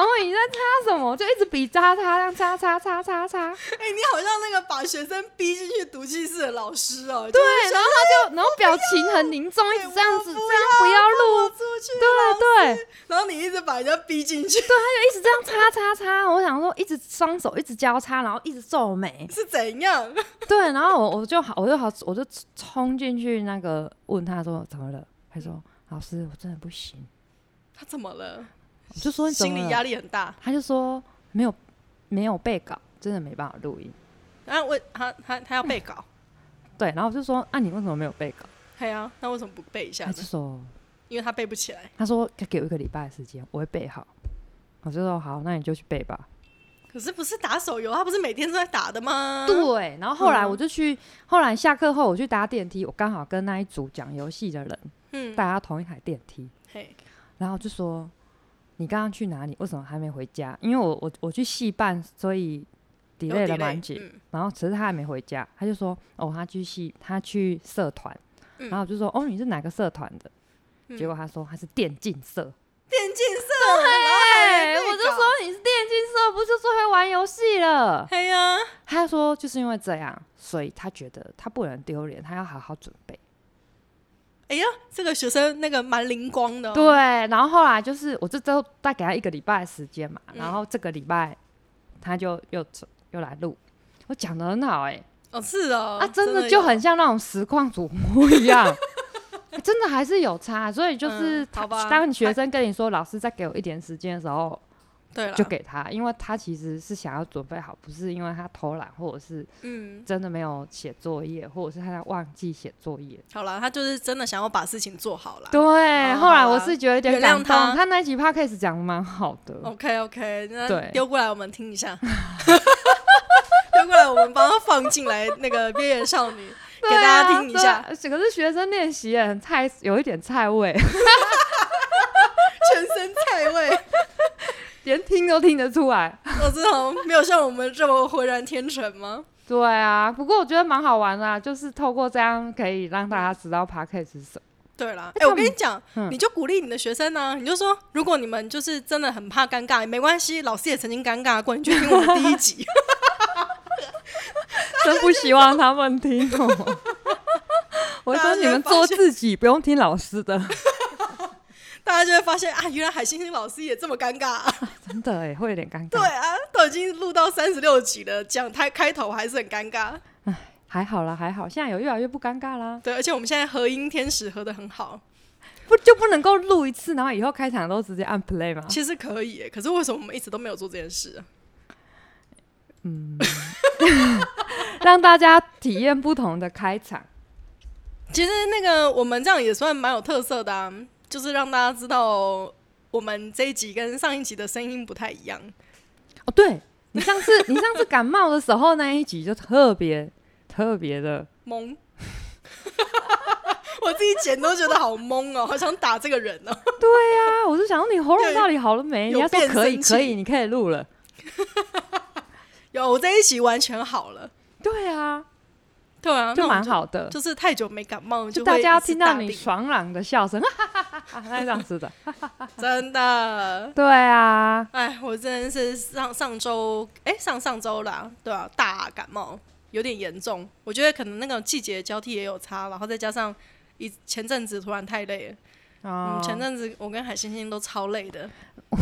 会你在擦什么？就一直比叉叉，这样叉叉叉叉叉。哎、你好像那个把学生逼进去毒气室的老师哦、对就是，然想后他就，然后表情很凝重，一直这样子，这样不要哎我录。出去，对对，然后你一直把人家逼进去，就一直这样擦擦擦。我想说，一直双手一直交叉，然后一直 皱眉。是怎样？对，然后我我就好，我就好，我就冲进去那个问他说怎么了？他说老师，我真的不行。他怎么了？我就说你怎心么理了压力很大。他就说没有没有被稿，真的没办法录音。然后啊我他他他要被 搞，对，然后我就说啊，你为什么没有被稿？对啊，那为什么不背一下他呢就？说因为他背不起来。他说给我一个礼拜的时间，我会背好。我就说好，那你就去背吧。可是不是打手游，他不是每天都在打的吗？对，然后后来嗯我就去，后来下课后我去搭电梯，我刚好跟那一组讲游戏的人嗯，大家同一台电梯，嘿，然后就说你刚刚去哪里？为什么还没回家？因为我我我去戏办，所以有 delay 了 delay，蛮久。 嗯然后只是他还没回家，他就说哦，他去戏，他去社团，嗯然后我就说哦，你是哪个社团的？结果他说他是电竞社，电竞社，对哎，我就说，你是电竞社，不是最会玩游戏了？嘿呀，他说就是因为这样，所以他觉得他不能丢脸，他要好好准备。哎呀，这个学生那个蛮灵光的哦，对，然后后来就是我这周大概给他一个礼拜的时间嘛，嗯然后这个礼拜他就又又来录，我讲的很好哎、哦是哦，啊，真的有就很像那种实况主播一样， 真的还是有差。所以就是嗯他、好吧当学生跟你说老师再给我一点时间的时候，对啊了，就给他，因为他其实是想要准备好，不是因为他偷懒或者是嗯，真的没有写作业，或者是他在忘记写作业。啊好了，他就是真的想要把事情做好了。对，好后来好我啦是觉得有点原感谅动，他他那一集 podcast 讲的蛮好的。 OK OK，那对丢过来我们听一下， 丢过来我们帮他放进来那个边缘少女，给对大家啊听一下，对啊可是学生练习也很菜，有一点菜味， 全身菜味，连听都听得出来。我知道没有像我们这么浑然天成吗？对啊，不过我觉得蛮好玩的、啊，就是透过这样可以让大家知道 p a r k e t 是什么。对啦，哎、那我跟他你们讲，嗯你就鼓励你的学生呢、你就说，如果你们就是真的很怕尴尬，没关系，老师也曾经尴尬过，你去听我们第一 集，真不希望他们听哦。 我大家说就你会们发做现自己，不用听老师的， 大家就会发现啊，原来海星星老师也这么尴尬、真的哎，会有点尴对尬。啊，都已经录到三十六集了，讲开开头还是很尴尬。还好啦，还好，现在有越来越不尴尬啦，对，而且我们现在合音天使合的很好，不就不能够录一次，然后以后开场都直接按 play 吗？其实可以耶，可是为什么我们一直都没有做这件事啊？让大家体验不同的开场。其实那个我们这样也算蛮有特色的啊，就是让大家知道我们这一集跟上一集的声音不太一样。哦，对 你上次你上次感冒的时候那一集就特别特别的，懵。 我自己剪都觉得好懵哦，好想打这个人哦。 对呀、我就想说你喉咙到底好了没？有人家说变可以声可器以，你可以录了。有，我这一集完全好了。对啊，对啊，就那蛮我好的，就是太久没感冒，会就大家一次听到大你病爽朗的笑声，哈哈哈哈，那样子的。真的。对啊，哎，我真的是上上周，哎、上上周啦，对啊，大感冒有点严重，我觉得可能那个季节交替也有差，然后再加上一前阵子突然太累了，哦嗯嗯，前阵子我跟海星星都超累的，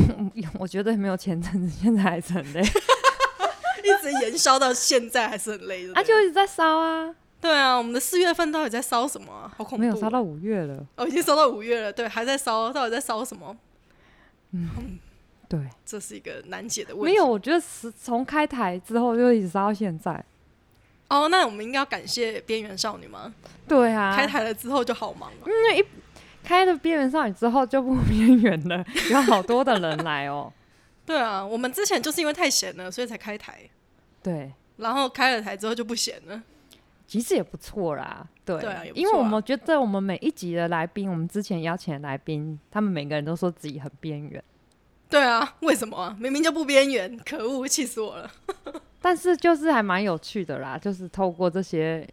我觉得没有前阵子， 现在还是很累，一直延烧到现在还是很累的。啊，就一直在烧啊，对啊，我们的四月份到底在烧什么啊、好恐怖！没有烧到五月了。哦，已经烧到五月了，对，还在烧，到底在烧什么？对，这是一个难解的问题。没有，我觉得是从开台之后就一直烧到现在。哦，那我们应该要感谢边缘少女吗？对啊，嗯开台了之后就好忙了。因为一开了边缘少女之后就不边缘 了，有好多的人来哦。对啊，我们之前就是因为太闲了，所以才开台，对，然后开了台之后就不闲了。其实也不错啦，对，对啊也不错啊因为我们觉得我们每一集的来宾，我们之前邀请的来宾，他们每个人都说自己很边缘，对啊，为什么啊？明明就不边缘，可恶，气死我了！但是就是还蛮有趣的啦，就是透过这些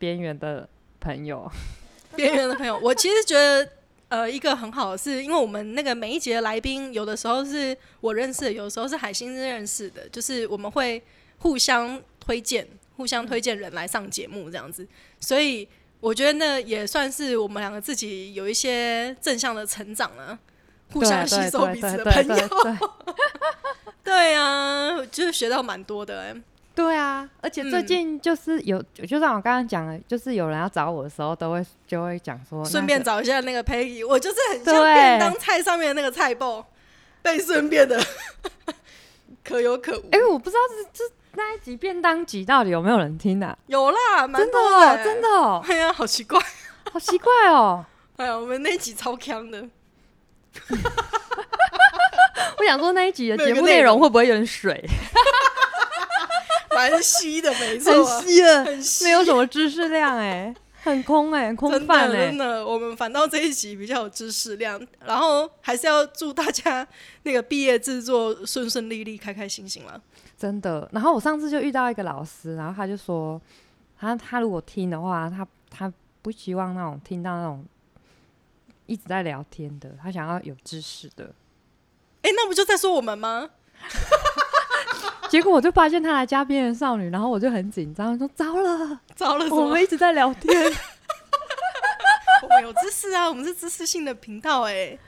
边缘的朋友， 边缘的朋友，我其实觉得呃一个很好的是，因为我们那个每一节来宾，有的时候是我认识的，有的时候是海星认识的，就是我们会互相推荐，互相推荐人来上节目这样子，所以我觉得那也算是我们两个自己有一些正向的成长了、互相吸收彼此的朋友。友。对啊，就是学到蛮多的、欸。 对啊，而且最嗯近就是有，就像我刚刚讲的，就是有人要找我的时候，都会就会讲说，顺哦那便个找一下那个 Peggy，我就是很像对便当菜上面的那个菜包，被顺便的 可有可无。哎、我不知道这这那一集便当集到底有没有人听啊？有啦，蛮真的多哦，欸真的哦，哎呀，好奇怪！好奇怪哦！哎呀，我们那一集超强的，我想说那一集的没有一节个目内内容容会不会有点水，蛮稀的，没 很错啊，稀了，很稀没有什么知识量哎、很空哎、很空真的泛真哎、的，我们反倒这一集比较有知识量，然后还是要祝大家那个毕业制作顺顺利利、开开心心啦。真的。然后我上次就遇到一个老师，然后他就说，他他如果听的话，他他不希望那种听到那种一直在聊天的，他想要有知识的。哎、那不就在说我们吗？结果我就发现他来加边缘少女，然后我就很紧张，说糟了，糟了 什么，我们一直在聊天。我们有知识啊，我们是知识性的频道哎、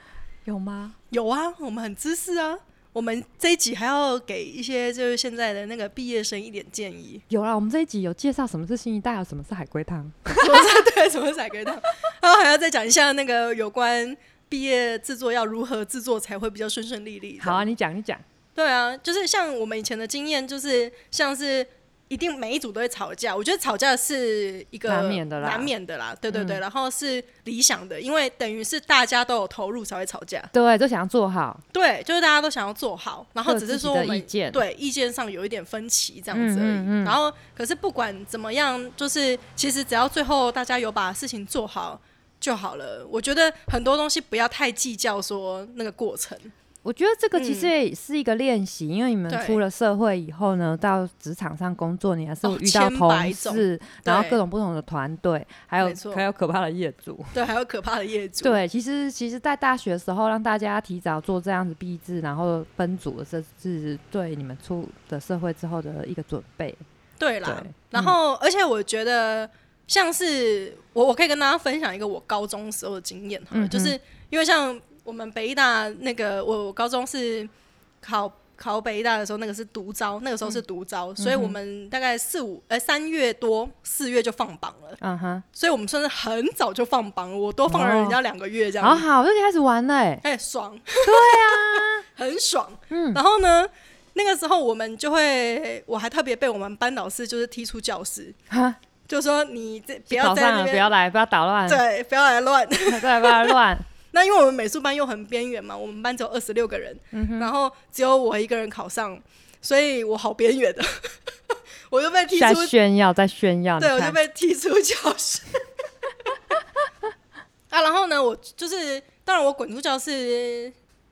有吗？，有啊，我们很知识啊。我们这一集还要给一些就是现在的那个毕业生一点建议 有啦，我们这一集有介绍什么是新一代，有什么是海龟汤。什么是对，什么是海龟汤， 然后还要再讲一下那个有关毕业制作要如何制作才会比较顺顺利利。好啊，，你讲，你讲。对啊，就是像我们以前的经验，就是像是一定每一组都会吵架，我觉得吵架是一个难免的啦嗯难免的啦，对对对，然后是理想的，因为等于是大家都有投入才会吵架。对，就想要做好。对，就是大家都想要做好，然后各只是自己说的我们意见对意见上有一点分歧这样子而已。嗯嗯嗯然后，可是不管怎么样，就是其实只要最后大家有把事情做好就好了。我觉得很多东西不要太计较说那个过程。我觉得这个其实嗯也是一个练习，因为你们对出了社会以后呢，到职场上工作，你还是哦会遇到千百同种事，然后对各种不同的团队，还有没错还有可怕的业主。对，还有可怕的业主。对，其实其实，在大学的时候，让大家提早做这样子毕制，然后分组的这是对你们出的社会之后的一个准备。对啦，对，然后，而且我觉得，像是我，我可以跟大家分享一个我高中时候的经验好了，嗯哼就是因为像我们北医大那个，我我高中是考考北医大的时候，那个是独招，那个时嗯候是独招，所以我们大概四五呃三月多四月就放榜了，嗯哼，所以我们算是很早就放榜了，我多放了人家两个月这样哦好子，好，就开始玩了欸。哎、爽，对啊， 很爽。嗯，然后呢，那个时候我们就会，我还特别被我们班导师就是踢出教室。哈，就说你这不去要考在上那了，不边，要来，不要捣乱，啊对，不要来乱。 对，不要来乱。那因为我们美术班又很边缘嘛，我们班只有二十六个人，嗯然后只有我一个人考上，所以我好边缘的，啊 我就被踢在出，炫耀，在炫耀。对你我就看被踢出教室。啊，然后呢，我就是当然我滚出教室。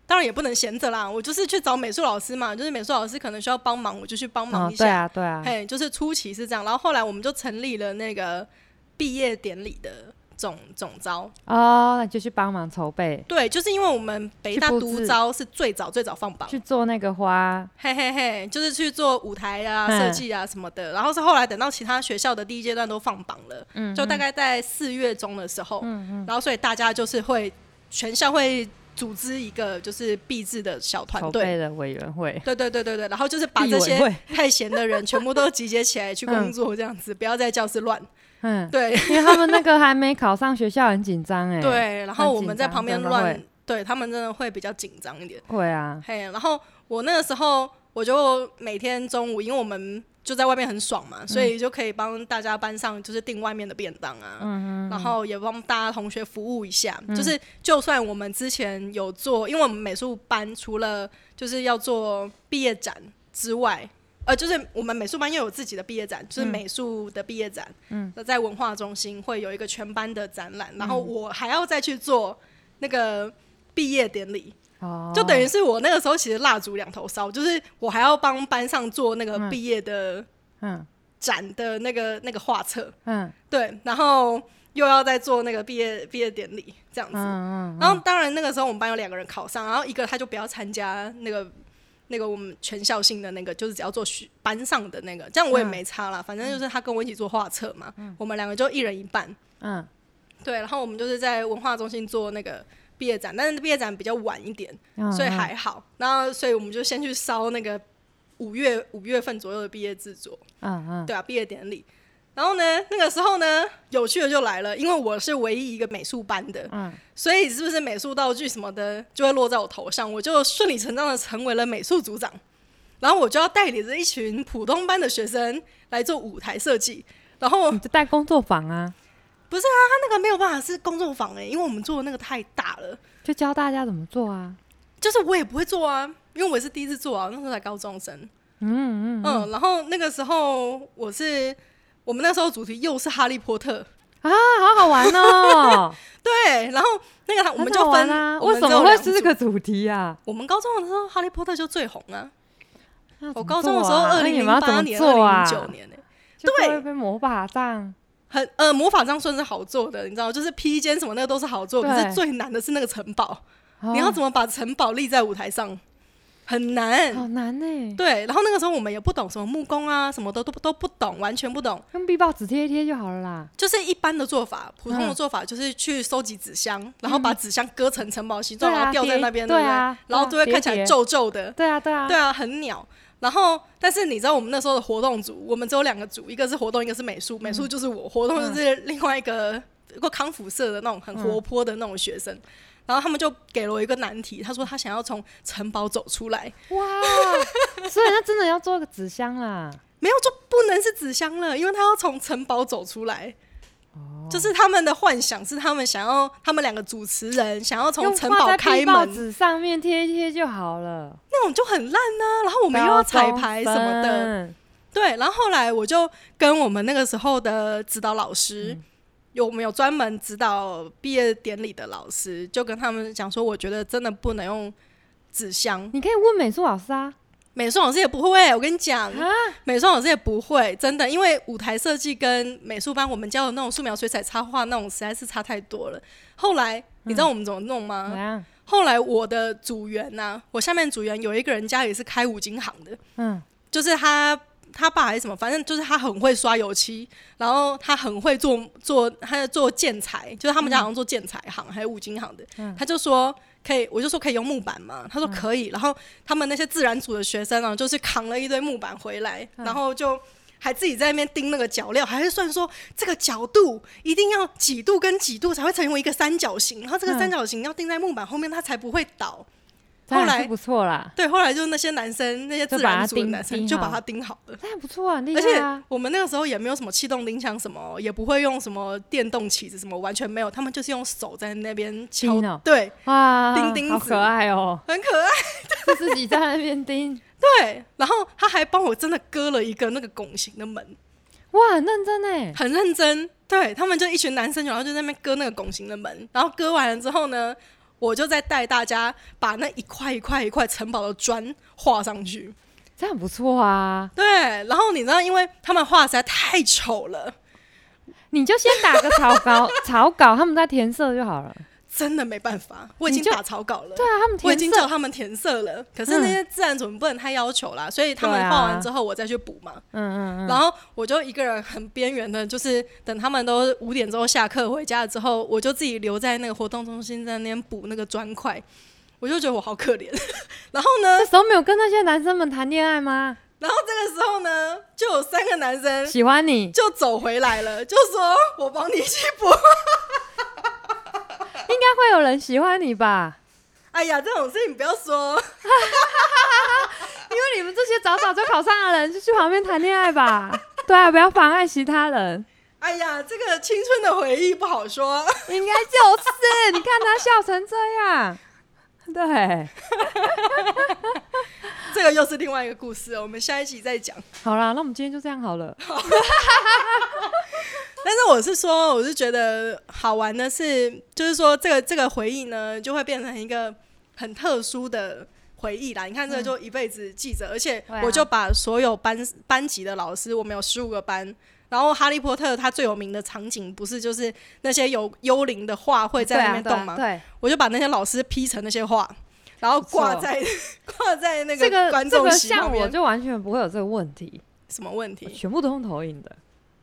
当然也不能闲着啦，我就是去找美术老师嘛，就是美术老师可能需要帮忙，我就去帮忙哦一，对下。啊，对啊，嘿，就是初期是这样，然后后来我们就成立了那个毕业典礼的总总招。哦，那你就去帮忙筹备，对，就是因为我们北大去布置独招是最早最早放榜，去做那个花，嘿嘿嘿，就是去做舞台啊、嗯设计啊什么的。然后是后来等到其他学校的第一阶段都放榜了，嗯嗯就大概在四月中的时候，然后所以大家就是会全校会组织一个就是毕制的小团筹队。备的委员会，对对对对对，然后就是 把立这委些会太闲的人全部都集结起来去工作，这样子，不要在教室乱。嗯， 对，因为他们那个还没考上学校，很紧张 哎，，对，然后很我紧们在张旁边真的乱会，对他们真的会比较紧张一点。会啊，嘿，然后我那个时候我就每天中午，因为我们就在外面很爽嘛，所以就可以帮大家班上就是订外面的便当啊，然后也帮大家同学服务一下。就是就算我们之前有做，因为我们美术班除了就是要做毕业展之外。呃，就是我们美术班又有自己的毕业展，就是美术的毕业展，嗯，在文化中心会有一个全班的展览，然后我还要再去做那个毕业典礼，哦，就等于是我那个时候其实蜡烛两头烧，就是我还要帮班上做那个毕业的嗯展的那个那个画册，嗯，对，然后又要再做那个毕业毕业典礼这样子。嗯嗯然后当然那个时候我们班有两个人考上，然后一个他就不要参加那个那个我们全校性的那个，就是只要做学班上的那个，这样我也嗯没差啦，反正就是他跟我一起做画册嘛，我们两个就一人一半。嗯对，然后我们就是在文化中心做那个毕业展，但是毕业展比较晚一点，嗯，所以嗯还好。然后所以我们就先去烧那个五月五月份左右的毕业制作，嗯嗯对啊，毕业典礼。然后呢，那个时候呢，有趣的就来了，因为我是唯一一个美术班的，嗯所以是不是美术道具什么的就会落在我头上？我就顺理成章的成为了美术组长，然后我就要带领着一群普通班的学生来做舞台设计。然后嗯你就带工作坊啊，他那个没有办法是工作坊哎、因为我们做的那个太大了，就教大家怎么做啊。就是我也不会做啊，因为我也是第一次做啊，那时候才高中生。嗯嗯嗯嗯，然后那个时候我是我们那时候主题又是哈利波特，啊，好好玩哦，对，然后那个他 我们很就好玩分，啊，我为们什只有么会两是这组个主题啊？我们高中的时候哈利波特就最红啊。那怎我么高中的时做候，啊二那零你零们要怎八么年、做二啊零零九年、欸，就对不会被魔法杖，很呃，魔法杖算是好做的，你知道，就是披肩什么那个都是好做，可是对最难的是那个城堡，哦你要怎么把城堡立在舞台上，很难。好难呢？对，然后那个时候我们也不懂什么木工啊，什么都都都不懂，完全不懂，用 B 报纸贴一贴就好了啦。就是一般的做法，普通的嗯做法就是去收集纸箱，然后把纸箱割成城堡形状，对然啊后吊在叠那边，对不对？啊然后对啊就会看叠起来叠皱皱的，对啊，对啊，对啊，很鸟。然后，但是你知道我们那时候的活动组，我们只有两个组，一个是活动，一个是美术。美嗯术就是我，活动就是另外一个一个康复社的那种很嗯活泼的那种学生。然后他们就给了我一个难题，他说他想要从城堡走出来，哇，所以那真的要做个纸箱啦。没有就不能是纸箱了，因为他要从城堡走出来。就是他们的幻想是他们想要，他们两个主持人想要 从用城挂堡在开 B 报门，纸上面贴一贴就好了。那种就很烂呐、然后我我们又要彩排什么的，，啊对，然后后来我就跟我们那个时候的指导老师，有我们有专门指导毕业典礼的老师，就跟他们讲说，我觉得真的不能用纸箱。你可以问美术老师啊。美术老师也不会，我跟你讲啊，美术老师也不会，真的，因为舞台设计跟美术班我们教的那种素描、水彩、插画那种实在是差太多了。后来你知道我们怎么弄吗？怎样？后来我的组员呐、我下面组员有一个人家里是开五金行的，嗯，就是他他爸还是什么，反正就是他很会刷油漆，然后他很会做做，他做建材，就是他们家好像做建材行、还有五金行的，他就说。可以，我就说可以用木板嘛，他说可以。然后他们那些自然组的学生呢、啊就是扛了一堆木板回来，然后就还自己在那边钉那个脚料，还是算说这个角度一定要几度跟几度才会成为一个三角形，然后这个嗯三角形要钉在木板后面，它才不会倒。这样后也来是不错啦，对，后来就是那些男生，那些自就把它然组的钉男生钉就把好它钉好了。这样不错啊，很厉而害且啊。我们那个时候也没有什么气动钉枪什么，也不会用什么电动起子什么，完全没有。他们就是用手在那边敲，钉哦对，哇，钉钉好子，可爱哦很可爱。就自己在那边钉，对，然后他还帮我真的割了一个那个拱形的门，哇，很认真哎。很认真。对他们就一群男生，然后就在那边割那个拱形的门，然后割完了之后呢，我就再带大家把那一块一块一块城堡的砖画上去。这样不错啊！对，然后你知道，因为他们画得实在太丑了。你就先打个草 稿，草稿他们在填色就好了。真的没办法，我已你经就打草稿了。对啊，他们我已经填色，嗯叫他们填色了，可是那些自然组不能太要求啦，所以他们对啊画完之后我再去补嘛。嗯嗯嗯，然后我就一个人很边缘的，就是等他们都五点之后下课回家之后，我就自己留在那个活动中心在那边补那个砖块，我就觉得我好可怜。 然后呢这，时候没有跟那些男生们谈恋爱吗？然后这个时候呢，就有三个男生喜 欢你，就走回来了，就说我帮你去补。 应该会有人喜欢你吧？哎呀，这种事情不要说。因为你们这些早早就考上的人，就去旁边谈恋爱吧。对啊，不要妨碍其他人。哎呀，这个青春的回忆不好说。 应该就是，你看他笑成这样，对，这个又是另外一个故事了，我们下一集再讲。好啦，那我们今天就这样好了。但是我是说，我是觉得好玩的是，就是说这个这个回忆呢，就会变成一个很特殊的回忆啦。你看这个就一辈子记着，而且对啊我就把所有班班级的老师，我们有十五个班，然后《哈利波特》它最有名的场景不是就是那些有幽灵的画会在那边动吗？对啊，我就把那些老师 P 成那些画，然后挂不错在 挂在那对这个观这众个席旁像我边。就完全不会有这个问题，什么问我题？全部都用投影的。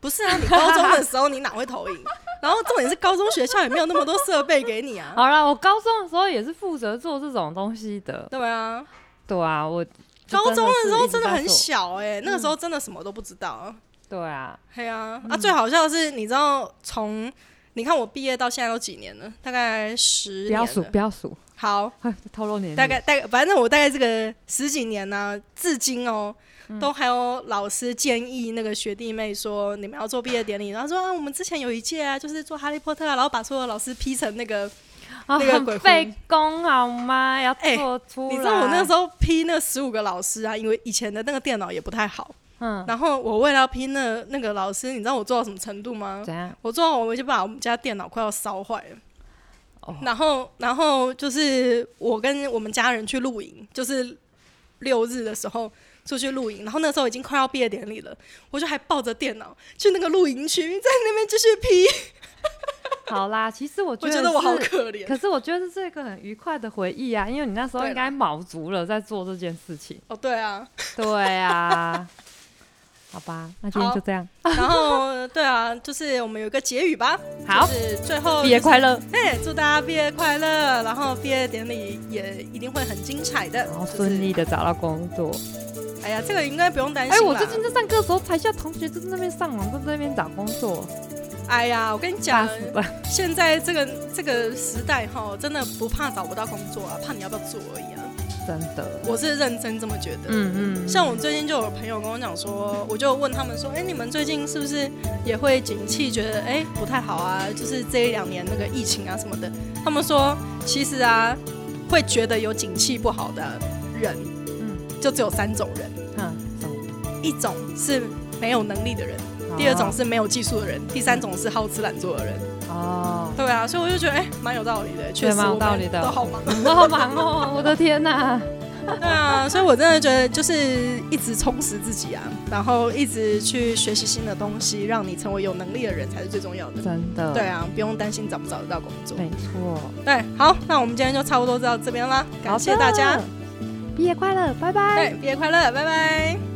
不是啊，你高中的时候你哪会投 影？然后重点是高中学校也没有那么多设备给你啊。好啦，我高中的时候也是负责做这种东西的。对啊，对啊，我就高中的时候是一直真的在很做。小哎、那个时候真的什么都不知道。对啊，嘿啊，啊，最好笑的是，你知道从你看我毕业到现在都几年了？大概十不年要数，了。不要数， 好，哎透露年龄。大概大概，反正我大概这个十几年呢、至今哦，嗯都还有老师建议那个学弟妹说，你们要做毕业典礼，然后说啊，我们之前有一届啊，就是做哈利波特啊，然后把所有老师 P 成那个，啊那个很鬼魂费工好吗？要哎做出来。你知道我那时候，候 P 那十五个老师啊，因为以前的那个电脑也不太好，嗯，然后我为了要 P 那那个老师，你知道我做到什么程度吗？怎样？我做到我就把我们家电脑快要烧坏了。哦然后，然后就是我跟我们家人去露营，就是六日的时候出去露营，然后那时候已经快要毕业典礼了，我就还抱着电脑去那个露营区，在那边继续 P，好啦，其实我我得觉得我好是可怜。可是我觉得这个很愉快的回忆啊，因为你那时候对应该卯足了在做这件事情。哦，对啊，对啊， 好吧，那今天好就这样。然后对啊，就是我们有一个结语吧，好就，是最后毕业快乐，哎，祝大家毕业快乐，然后毕业典礼也一定会很精彩的，然后就是顺利的找到工作。哎呀，这个应该不用担心哎，啦。我最近在上课的时候，才校同学就在那边上网，在那边找工作，哎呀，我跟你吓讲，死了。现在这个这个时代哈，真的不怕找不到工作啊，怕你要不要做而已啊。真的，我是认真这么觉得。嗯嗯，像我最近就有朋友跟我讲说，我就问他们说，哎、你们最近是不是也会景气，觉得哎、不太好啊？就是这一两年那个疫情啊什么的，他们说其实啊，会觉得有景气不好的人，嗯就只有三种人，嗯，什么一种是没有能力的人，第二种是没有技术的人，第三种是好吃懒做的人。哦，对啊，所以我就觉得哎，蛮、有道理的，确实蛮有我们道理的都好忙。哦我好忙哦，我的天哪！对啊，所以我真的觉得就是一直充实自己啊，然后一直去学习新的东西，让你成为有能力的人才是最重要的。真的，对，啊，不用担心找不找得到工作。没错。对，好，那我们今天就差不多到这边啦，感谢大家好，的，毕业快乐，拜拜。对，毕业快乐，拜拜。